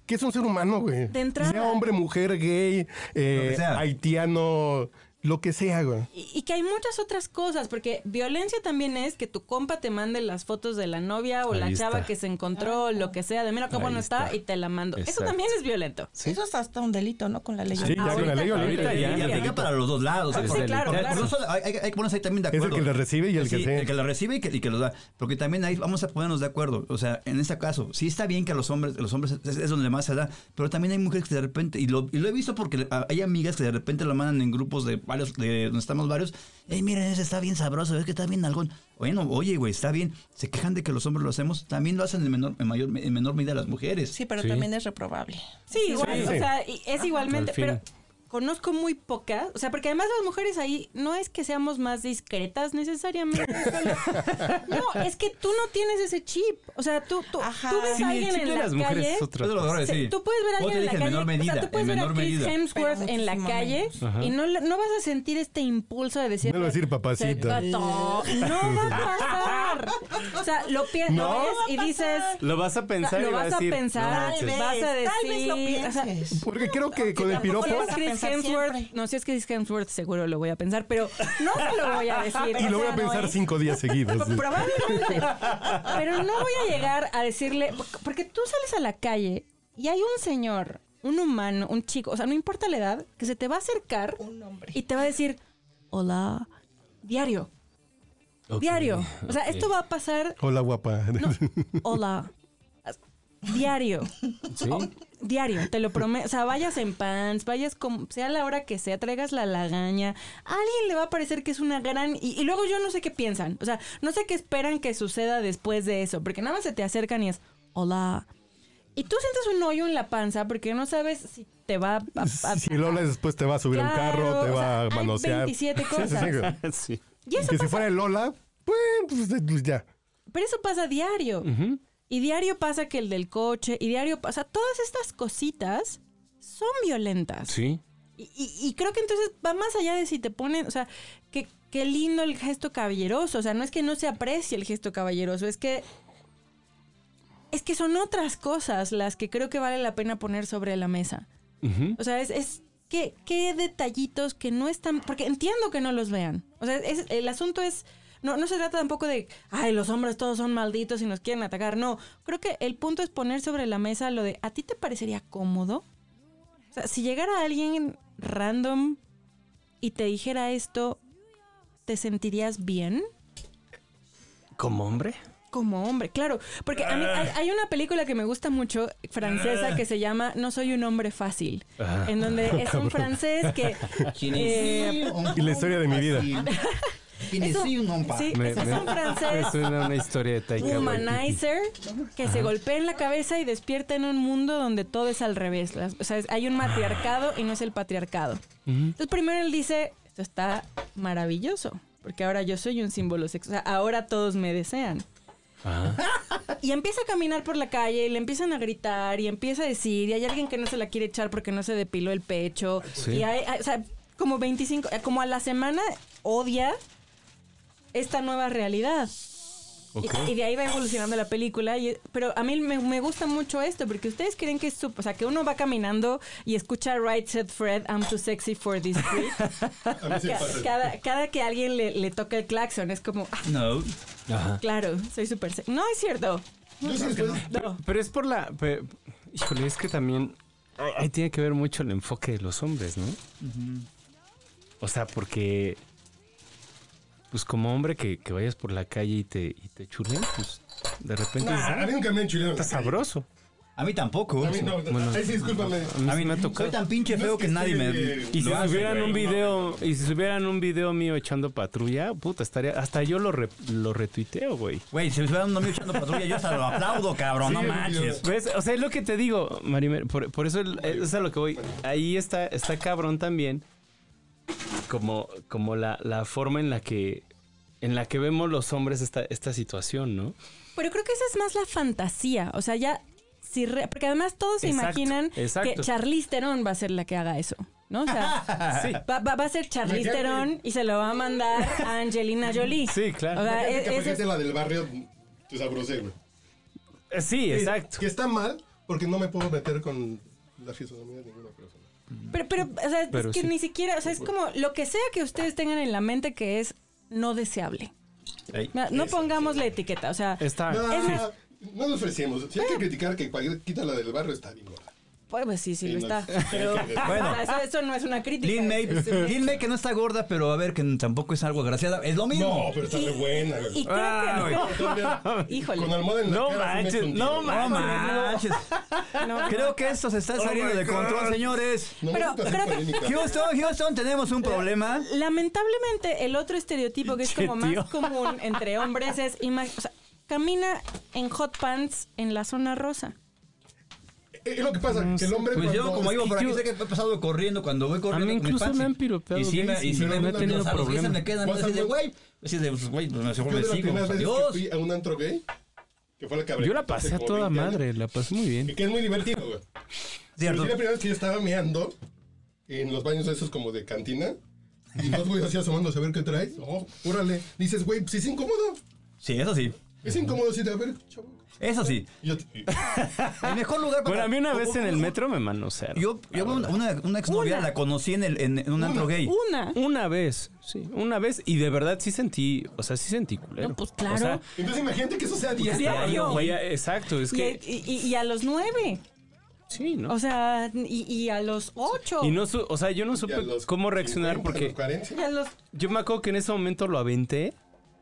B: que es un ser humano, güey.
C: De entrada.
B: Sea hombre, mujer, gay, eh,
D: Lo que sea.
B: haitiano, lo que sea, güey.
C: Y, y que hay muchas otras cosas, porque violencia también es que tu compa te mande las fotos de la novia o
E: Ahí
C: la chava
E: está.
C: que se encontró, lo que sea, de mira qué
E: Ahí
C: bueno está.
E: está.
C: y te la mando. Eso
E: Exacto.
C: también es violento.
F: Eso es hasta un delito, ¿no? Con la ley.
B: Sí, ya con la ley olímpica.
E: Ahorita ya.
D: Y aplica para los dos lados. güey, porque-
C: claro,
D: porque
C: claro.
D: no solo- hay, hay- hay que ponerse ahí también de
B: el
D: acuerdo.
B: que la recibe y el que
D: Sí,
B: se-
D: El que la recibe y que, y que los da. Porque también ahí vamos a ponernos de acuerdo. O sea, en este caso, sí está bien que a los hombres, los hombres es, es donde más se da, pero también hay mujeres que de repente, y lo, y lo he visto porque le- a- hay amigas que de repente lo mandan en grupos de varios, de donde estamos varios. Ey, miren, ese está bien sabroso, es que está bien algún. Bueno, oye, güey, está bien. Se quejan de que los hombres lo hacemos, también lo hacen en menor, en mayor, en menor medida las mujeres.
F: Sí, pero
E: Sí.
F: también es reprobable.
C: Sí, igual,
B: sí.
C: o sea, y- es igualmente,
E: Al fin.
C: pero conozco muy pocas, o sea, porque además las mujeres ahí no es que seamos más discretas necesariamente. solo- no, es que tú no tienes ese chip, o sea, tú, tú,
F: Ajá.
C: tú ves
E: Sí,
C: a
E: el
C: alguien
E: chip
C: en
E: de
C: la
E: las mujeres
C: calle.
E: es otra
D: Eso lo
E: cosa.
D: agarro,
C: Sí,
D: sí.
C: Tú puedes ver a
D: Vos te
C: alguien en la
D: dije
C: calle.
D: en menor
C: o sea,
D: medida,
C: tú puedes
D: en
C: ver a
D: menor
C: Chris
D: medida.
C: Hemsworth
F: Pero
C: en la
F: muchísimo
C: calle
E: Ajá.
C: y no, le- no vas a sentir este impulso de decir.
B: No le vas a decir, "Papacita".
C: No va a pasar. O sea, lo piensas
B: No.
C: y dices.
E: Lo vas a pensar
C: lo
E: y va
C: vas a
E: decir,
C: pensar,
E: "No manches".
C: vas a decir.
F: Tal vez lo
C: o sea,
F: pienses.
B: Porque creo que con el piropo.
C: si es
F: vas a
C: Chris
F: pensar
C: Hemsworth,
F: siempre.
C: no, si es Chris Hemsworth, seguro lo voy a pensar, pero no se lo voy a decir.
B: Y lo
C: o
B: voy a
C: sea, no,
B: pensar
C: ¿eh?
B: cinco días seguidos.
C: Pro- Probablemente. Pero no voy a llegar a decirle. porque- Porque tú sales a la calle y hay un señor, un humano, un chico, o sea, no importa la edad, que se te va a acercar y te va a decir: Hola, diario,
E: Ok,
C: diario. O sea,
E: ok.
C: esto va a pasar:
B: Hola, guapa.
C: Hola, diario, Oh,
E: Sí.
C: diario, te lo prometo. O sea, vayas en pants, vayas como sea la hora que sea, traigas la lagaña. A alguien le va a parecer que es una gran. Y, y luego yo no sé qué piensan. O sea, no sé qué esperan que suceda después de eso. Porque nada más se te acercan y es, hola. Y tú sientes un hoyo en la panza porque no sabes si te va a. a- a-
B: Si lo hablas después te va a subir a un
C: Claro,
B: carro, te
C: o
B: va
C: sea,
B: a
C: hay
B: manosear.
C: 27
B: Sí, sí, sí,
C: cosas.
B: güey.
E: Sí.
C: Y eso
B: que si
C: pasa-
B: fuera el Lola, pues, pues, ya.
C: Pero eso pasa diario.
E: Ujú.
C: Y diario pasa que el del coche. Y diario pasa. Todas estas cositas son violentas.
E: Sí.
C: Y, y- y creo que entonces va más allá de si te ponen, o sea, que qué lindo el gesto caballeroso, o sea, no es que no se aprecie el gesto caballeroso, es que es que son otras cosas las que creo que vale la pena poner sobre la mesa.
E: Ujú.
C: O sea, es, es que qué detallitos que no están, porque entiendo que no los vean. O sea, es, el asunto es no, no se trata tampoco de, ay, los hombres todos son malditos y nos quieren atacar. No, creo que el punto es poner sobre la mesa lo de, ¿a ti te parecería cómodo? O sea, si llegara alguien random y te dijera esto, ¿te sentirías bien?
E: ¿Como hombre?
C: Como hombre, claro. Porque a mí hay, hay una película que me gusta mucho, francesa, que se llama No soy un hombre fácil.
E: Ah.
C: En donde
E: Oh,
C: es un francés que... eh,
B: Y la historia de mi vida.
C: es un, sí,
E: Me-
C: es un
E: me- Me
C: francés
E: suena una historia de Taika Waititi.
C: humanizer que se golpea en la cabeza y despierta en un mundo donde todo es al revés. Las- O sea, es- hay un matriarcado y no es el patriarcado. Entonces primero él dice, esto está maravilloso, porque ahora yo soy un símbolo sexual, o sea, ahora todos me desean.
E: Ajá.
C: Y empieza a caminar por la calle y le empiezan a gritar y empieza a decir, y hay alguien que no se la quiere echar porque no se depiló el pecho.
E: Sí.
C: Y hay, hay- o sea, como 25, eh, como a la semana odia esta nueva realidad. Y-
E: Ok.
C: Y, de ahí va evolucionando la película. y- pero a mí me, me gusta mucho esto, porque ustedes creen que es su- o sea, que uno va caminando y escucha Right Said Fred, I'm too sexy for this street. Ca- cada, cada que alguien le, le toca el claxon, es como, ah,
D: No.
E: Ajá.
C: claro, soy súper sexy. No, es cierto.
E: Pero, pero es por la. pe- híjole, es que también. Ahí ahí tiene que ver mucho el enfoque de los hombres, ¿no? O sea, porque. pues como hombre que, que vayas por la calle y te, y te chulen, pues de repente "Ah,
B: Nah, a mí nunca me han chuleado.
E: está sabroso.
D: A mí tampoco.
B: A mí no,
E: Bueno.
B: ahí sí, discúlpame.
E: A mí me ha
D: Soy
E: tocado.
D: tan pinche
B: No
D: feo
B: es que
D: que, nadie me.
B: esté-
E: Y si
D: lo hace,
E: subieran
D: güey.
E: un video, y si subieran un video mío echando patrulla, puta, estaría, hasta yo lo, re- lo retuiteo, güey.
D: Güey, si subieran un amigo echando patrulla, yo hasta lo aplaudo, cabrón. no
B: Sí,
D: manches.
E: ¿Ves? O sea, es lo que te digo, Marimer. Por, por eso el- eh, es a lo que voy. Ahí está, está cabrón también. Como, como la, la forma en la que en la que vemos los hombres esta, esta situación, ¿no?
C: Pero creo que esa es más la fantasía. O sea, ya. Si re- porque además todos se
E: Exacto,
C: imaginan
E: exacto.
C: que Charlize Theron va a ser la que haga eso. ¿No? O sea,
E: Sí.
C: va, va- va a ser Charlize
B: Imagínate.
C: Theron y se lo va a mandar a Angelina Jolie.
E: Sí, claro.
C: O sea,
B: Fíjate que,
C: e-
B: por
C: ese es-
B: ejemplo, la del barrio te sabrosé, güey.
E: Eh, Sí, exacto.
B: Que está mal porque no me puedo meter con la fisonomía de ninguna persona.
C: pero, pero, o sea,
E: Pero
C: es que
E: sí.
C: ni siquiera, o sea, es como lo que sea que ustedes tengan en la mente que es no deseable.
D: Ey,
C: No, no pongamos la etiqueta, o sea,
E: Está.
B: No,
C: Es más-
B: no nos ofrecemos. Si hay que criticar que cualquier quita la del barrio está bien gorda.
C: pues, pues sí, sí lo
B: Sí, no,
C: está.
B: sí,
C: Pero,
B: sí, sí.
D: Bueno.
C: o sea, eso, eso no es una crítica.
D: Lin May,
C: es- es-
D: Lin May que no está gorda, pero a ver, que tampoco es algo agraciada. Es lo mismo.
B: No, pero está de buena, güey.
C: Y creo
D: Ah,
C: que
D: güey.
B: Todavía
C: Híjole.
B: Con almohada en la
E: No
B: cara, sí me
E: manches,
B: sentí,
E: no
B: güey.
D: No
E: manches.
D: manches. Creo que esto se está saliendo
B: Oh, my
D: de control,
B: God.
D: señores.
B: No me
C: Pero
B: gusta hacer
C: creo que-
B: polémica.
D: Houston, Houston, tenemos un problema.
C: Lamentablemente, el otro estereotipo que es
E: Che,
C: como más
E: tío.
C: común entre hombres es, ima- o sea, camina en hot pants en la zona rosa.
B: Eh, Es lo que pasa, que el hombre
D: Pues yo,
B: cuando-
D: como iba por aquí,
E: Mm, yo-
D: sé que he pasado corriendo cuando voy corriendo.
E: A mí
D: con mis
E: incluso
D: pants,
E: me han
D: y-
E: piropeado
D: Y sí,
E: gays
D: me, y
E: y
D: sí
E: no
D: me,
E: he tenido
D: los- a los gays se
E: problema.
D: me quedan
B: ¿Cuántas
D: así de,
B: veces-
D: güey. Así de, pues, güey, pues, mejor
B: Yo
D: me
B: de las
D: sigo.
B: primeras veces que
D: Adiós.
B: fui a un antro gay, que fue la cabrera.
E: Yo la pasé a toda madre, la pasé muy bien.
B: Y que es muy divertido, güey. Pero
D: Cierto.
B: sí, la primera vez que yo estaba meando en los baños esos como de cantina, y dos güeyes así asomándose a ver qué traes. Oh, órale. Dices, güey, si es incómodo.
D: Sí, eso sí.
B: Es incómodo si te a ver, chavo.
D: Eso sí.
B: Y yo te-
D: El mejor lugar para.
E: Bueno, a mí una
D: como-
E: vez en el metro Ah, me manosearon.
D: Yo, yo una, una, una exnovia la conocí en, el, en, en un antro gay.
C: Una.
E: Una vez, sí, una vez. Y de verdad sí sentí, o sea, sí sentí culero.
C: No, pues, claro.
E: O sea,
B: Entonces imagínate que eso sea diario.
C: Diario.
E: güey, exacto, es
C: Y,
E: que
C: y- y- y a los nueve.
E: sí, ¿no?
C: O sea, y, y a los ocho.
E: y no, su- o sea, yo no
B: Y
E: supe
B: a los
E: cómo reaccionar
B: 50, a los
E: porque
B: 40.
C: Y a los-
E: yo me acuerdo que en ese momento lo aventé.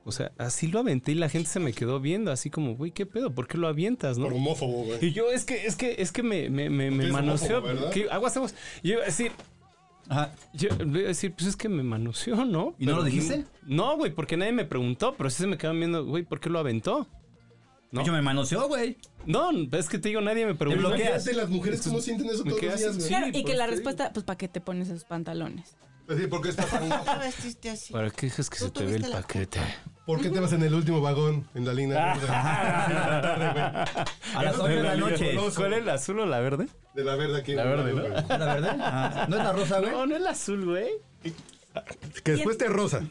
E: O sea, así lo aventé y la gente se me quedó viendo, así como, güey, ¿qué pedo? ¿Por qué lo avientas, no?
B: Por homófobo, güey.
E: Y yo, es que, es que, es que me, me, me,
B: Porque
E: me
B: es
E: manoseó.
B: homófobo, ¿verdad?
E: ¿Qué? Aguas, aguas. Yo iba a decir,
D: Ajá.
E: yo le iba a decir, pues es que me manoseó, ¿no?
D: ¿Y no lo dijiste?
E: No, güey, porque nadie me preguntó, pero sí se me quedaban viendo, güey, ¿por qué lo aventó? No.
D: Yo me manoseó, güey.
E: No, es que te digo, nadie me preguntó.
D: bloqueé. bloqueas.
B: Imagínate las mujeres cómo sienten eso
E: Me
B: todos los
E: quedas
B: días,
E: sin-
B: güey.
C: claro, y
E: pues,
C: que la
E: sí.
C: respuesta, pues, ¿para qué te pones esos pantalones?
B: Pues sí, porque está tan guapo.
F: vestiste así?
E: ¿Para qué dejas que
F: Tú
E: se te ve
F: tuviste
E: el
F: la
E: paquete?
B: ¿Por qué te vas en el último vagón en la
E: Ah.
B: línea gorda?
D: A las 8 de la noche.
E: ¿Cuál es el azul o la verde?
B: de la verdad que
E: La verde, ¿no?
B: güey.
D: ¿La verdad? Ajá. ¿No es la rosa, güey?
E: No, no es el azul, güey.
B: Que después te rosa,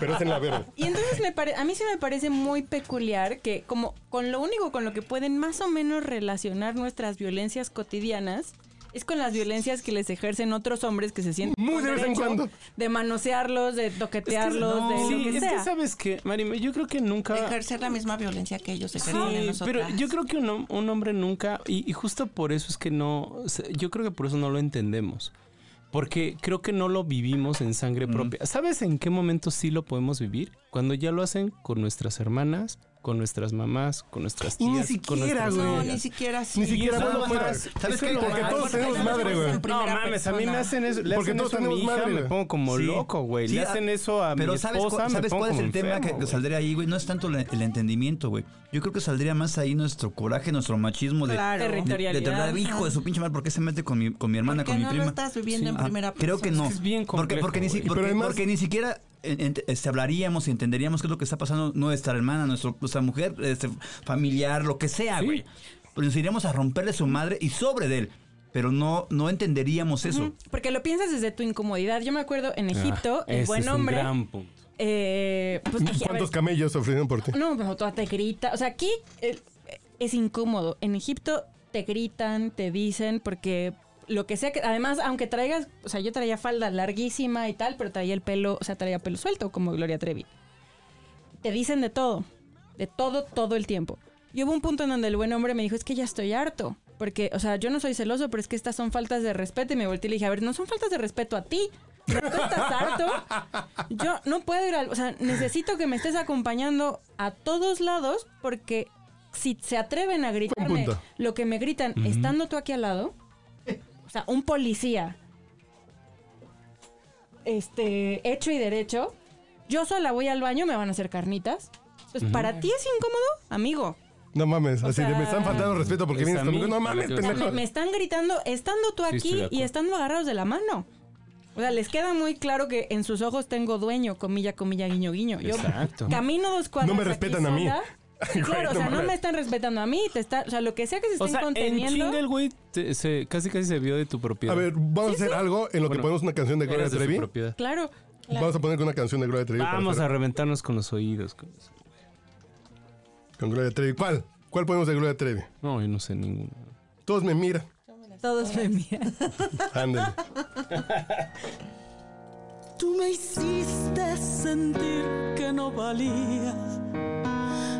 B: pero es en la verde.
C: Y entonces me pare- a mí sí me parece muy peculiar que como con lo único con lo que pueden más o menos relacionar nuestras violencias cotidianas es con las violencias que les ejercen otros hombres que se sienten
B: Muy
C: con
B: de vez en
C: derecho
B: cuando.
C: de manosearlos, de toquetearlos,
D: no.
C: de lo
E: Sí,
C: que
E: es
C: sea.
E: que sabes que, Marime, yo creo que nunca.
F: Ejercer la misma violencia que ellos
E: Sí,
F: ejercen en
E: pero
F: nosotras.
E: yo creo que un, hom- un hombre nunca, y, y justo por eso es que no, o sea, yo creo que por eso no lo entendemos, porque creo que no lo vivimos en sangre propia. ¿Sabes en qué momento sí lo podemos vivir? Cuando ya lo hacen con nuestras hermanas, con nuestras mamás, con nuestras tías.
B: Y ni
E: con
B: siquiera,
E: nuestras
B: güey.
F: No,
E: amigas.
F: ni siquiera así.
B: Ni siquiera
E: Nada más.
B: vamos fuera.
D: ¿Sabes
E: Eso
D: qué?
E: es lo
D: Porque
E: más-
B: todos tenemos madre, güey.
E: No mames, a mí me hacen eso. Le
B: Porque
E: hacen
B: todos
E: eso a mi
B: tenemos
E: hija,
B: madre,
E: me
B: güey.
E: pongo como
D: Sí.
E: loco, güey.
D: Sí,
E: le
D: ah,
E: hacen eso a
D: pero
E: mi
D: ¿sabes, cu-
E: esposa, me
D: ¿sabes
E: pongo
D: cuál es
E: como
D: el tema
E: enfermo,
D: que- que
E: güey.
D: saldría ahí, güey? No es tanto la- el entendimiento, güey. Yo creo que saldría más ahí nuestro coraje, nuestro machismo de...
F: Claro.
D: de- de-
C: Territorialidad.
D: de tratar, hijo de su pinche madre, ¿por qué se mete con mi, con mi hermana,
F: Porque
D: con mi
F: no lo
D: prima? Ah,
F: estás viviendo en primera
D: Creo que no.
F: persona.
E: Es que es bien
D: porque, porque, ni, si-
E: complejo,
D: porque-
B: güey. Pero además-
D: porque ni siquiera eh, ent- este, hablaríamos y entenderíamos qué es lo que está pasando nuestra hermana, nuestro, nuestra mujer, este, familiar, lo que sea,
E: Sí.
D: güey. Pero nos iríamos a romperle su madre y sobre de él. Pero no, no entenderíamos eso.
C: Porque lo piensas desde tu incomodidad. Yo me acuerdo en Egipto,
E: Ah, Ese
C: el buen
E: es un
C: hombre,
E: gran punto.
C: eh, pues, a ver,
B: ¿Cuántos camellos ofrecieron por ti?
C: No, pero toda te grita. O sea, aquí eh, es incómodo. En Egipto te gritan, te dicen, porque lo que sea que. Además, aunque traigas. O sea, yo traía falda larguísima y tal, pero traía el pelo. O sea, traía pelo suelto, como Gloria Trevi. Te dicen de todo. De todo, todo el tiempo. Y hubo un punto en donde el buen hombre me dijo: Es que ya estoy harto. Porque, o sea, yo no soy celoso, pero es que estas son faltas de respeto. Y me volteé y le dije: A ver, no son faltas de respeto a ti. Tú estás harto. Yo no puedo ir al. O sea, necesito que me estés acompañando a todos lados porque si se atreven a gritarme
B: punto.
C: lo que me gritan estando tú aquí al lado, o sea, un policía este, hecho y derecho, yo sola voy al baño, me van a hacer carnitas. Entonces, ¿para ti es incómodo? Amigo,
B: No mames, así de
C: sea,
B: me están faltando respeto porque
E: es
B: vienes
E: Pues a
B: conmigo.
E: mí,
B: No
E: a
B: mames,
E: lo que-
C: O sea,
B: pendejo.
C: me, me están gritando, estando tú
E: Sí, estoy
C: aquí
E: de
C: y
E: acuerdo.
C: estando agarrados de la mano. O sea, les queda muy claro que en sus ojos tengo dueño, comilla, comilla, guiño, guiño. Yo
E: Exacto.
C: camino dos cuadras.
B: No me
C: aquí
B: respetan a mí.
C: sola.
B: Güey,
C: Claro, o
B: no
C: sea, no
B: mames.
C: me están respetando a mí. Te está, o sea, lo que sea que se estén
E: O sea, en
C: conteniendo.
E: chinga el güey te- se- casi casi se vio de tu propiedad.
B: A ver, vamos a hacer algo en lo que
E: Bueno,
B: ponemos una canción de Gloria
E: Eras de su
B: Trevi.
E: propiedad.
C: Claro.
B: Vamos a poner una canción de Gloria Trevi. para
E: Vamos a
B: hacer-
E: reventarnos con los oídos. con eso.
B: Con Gloria Trevi. ¿Cuál? ¿Cuál ponemos de Gloria Trevi?
E: No, yo no sé ninguna.
B: Todos me miran.
C: Todos me miran.
B: Ándale.
H: Tú me hiciste sentir que no valía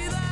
H: vestí de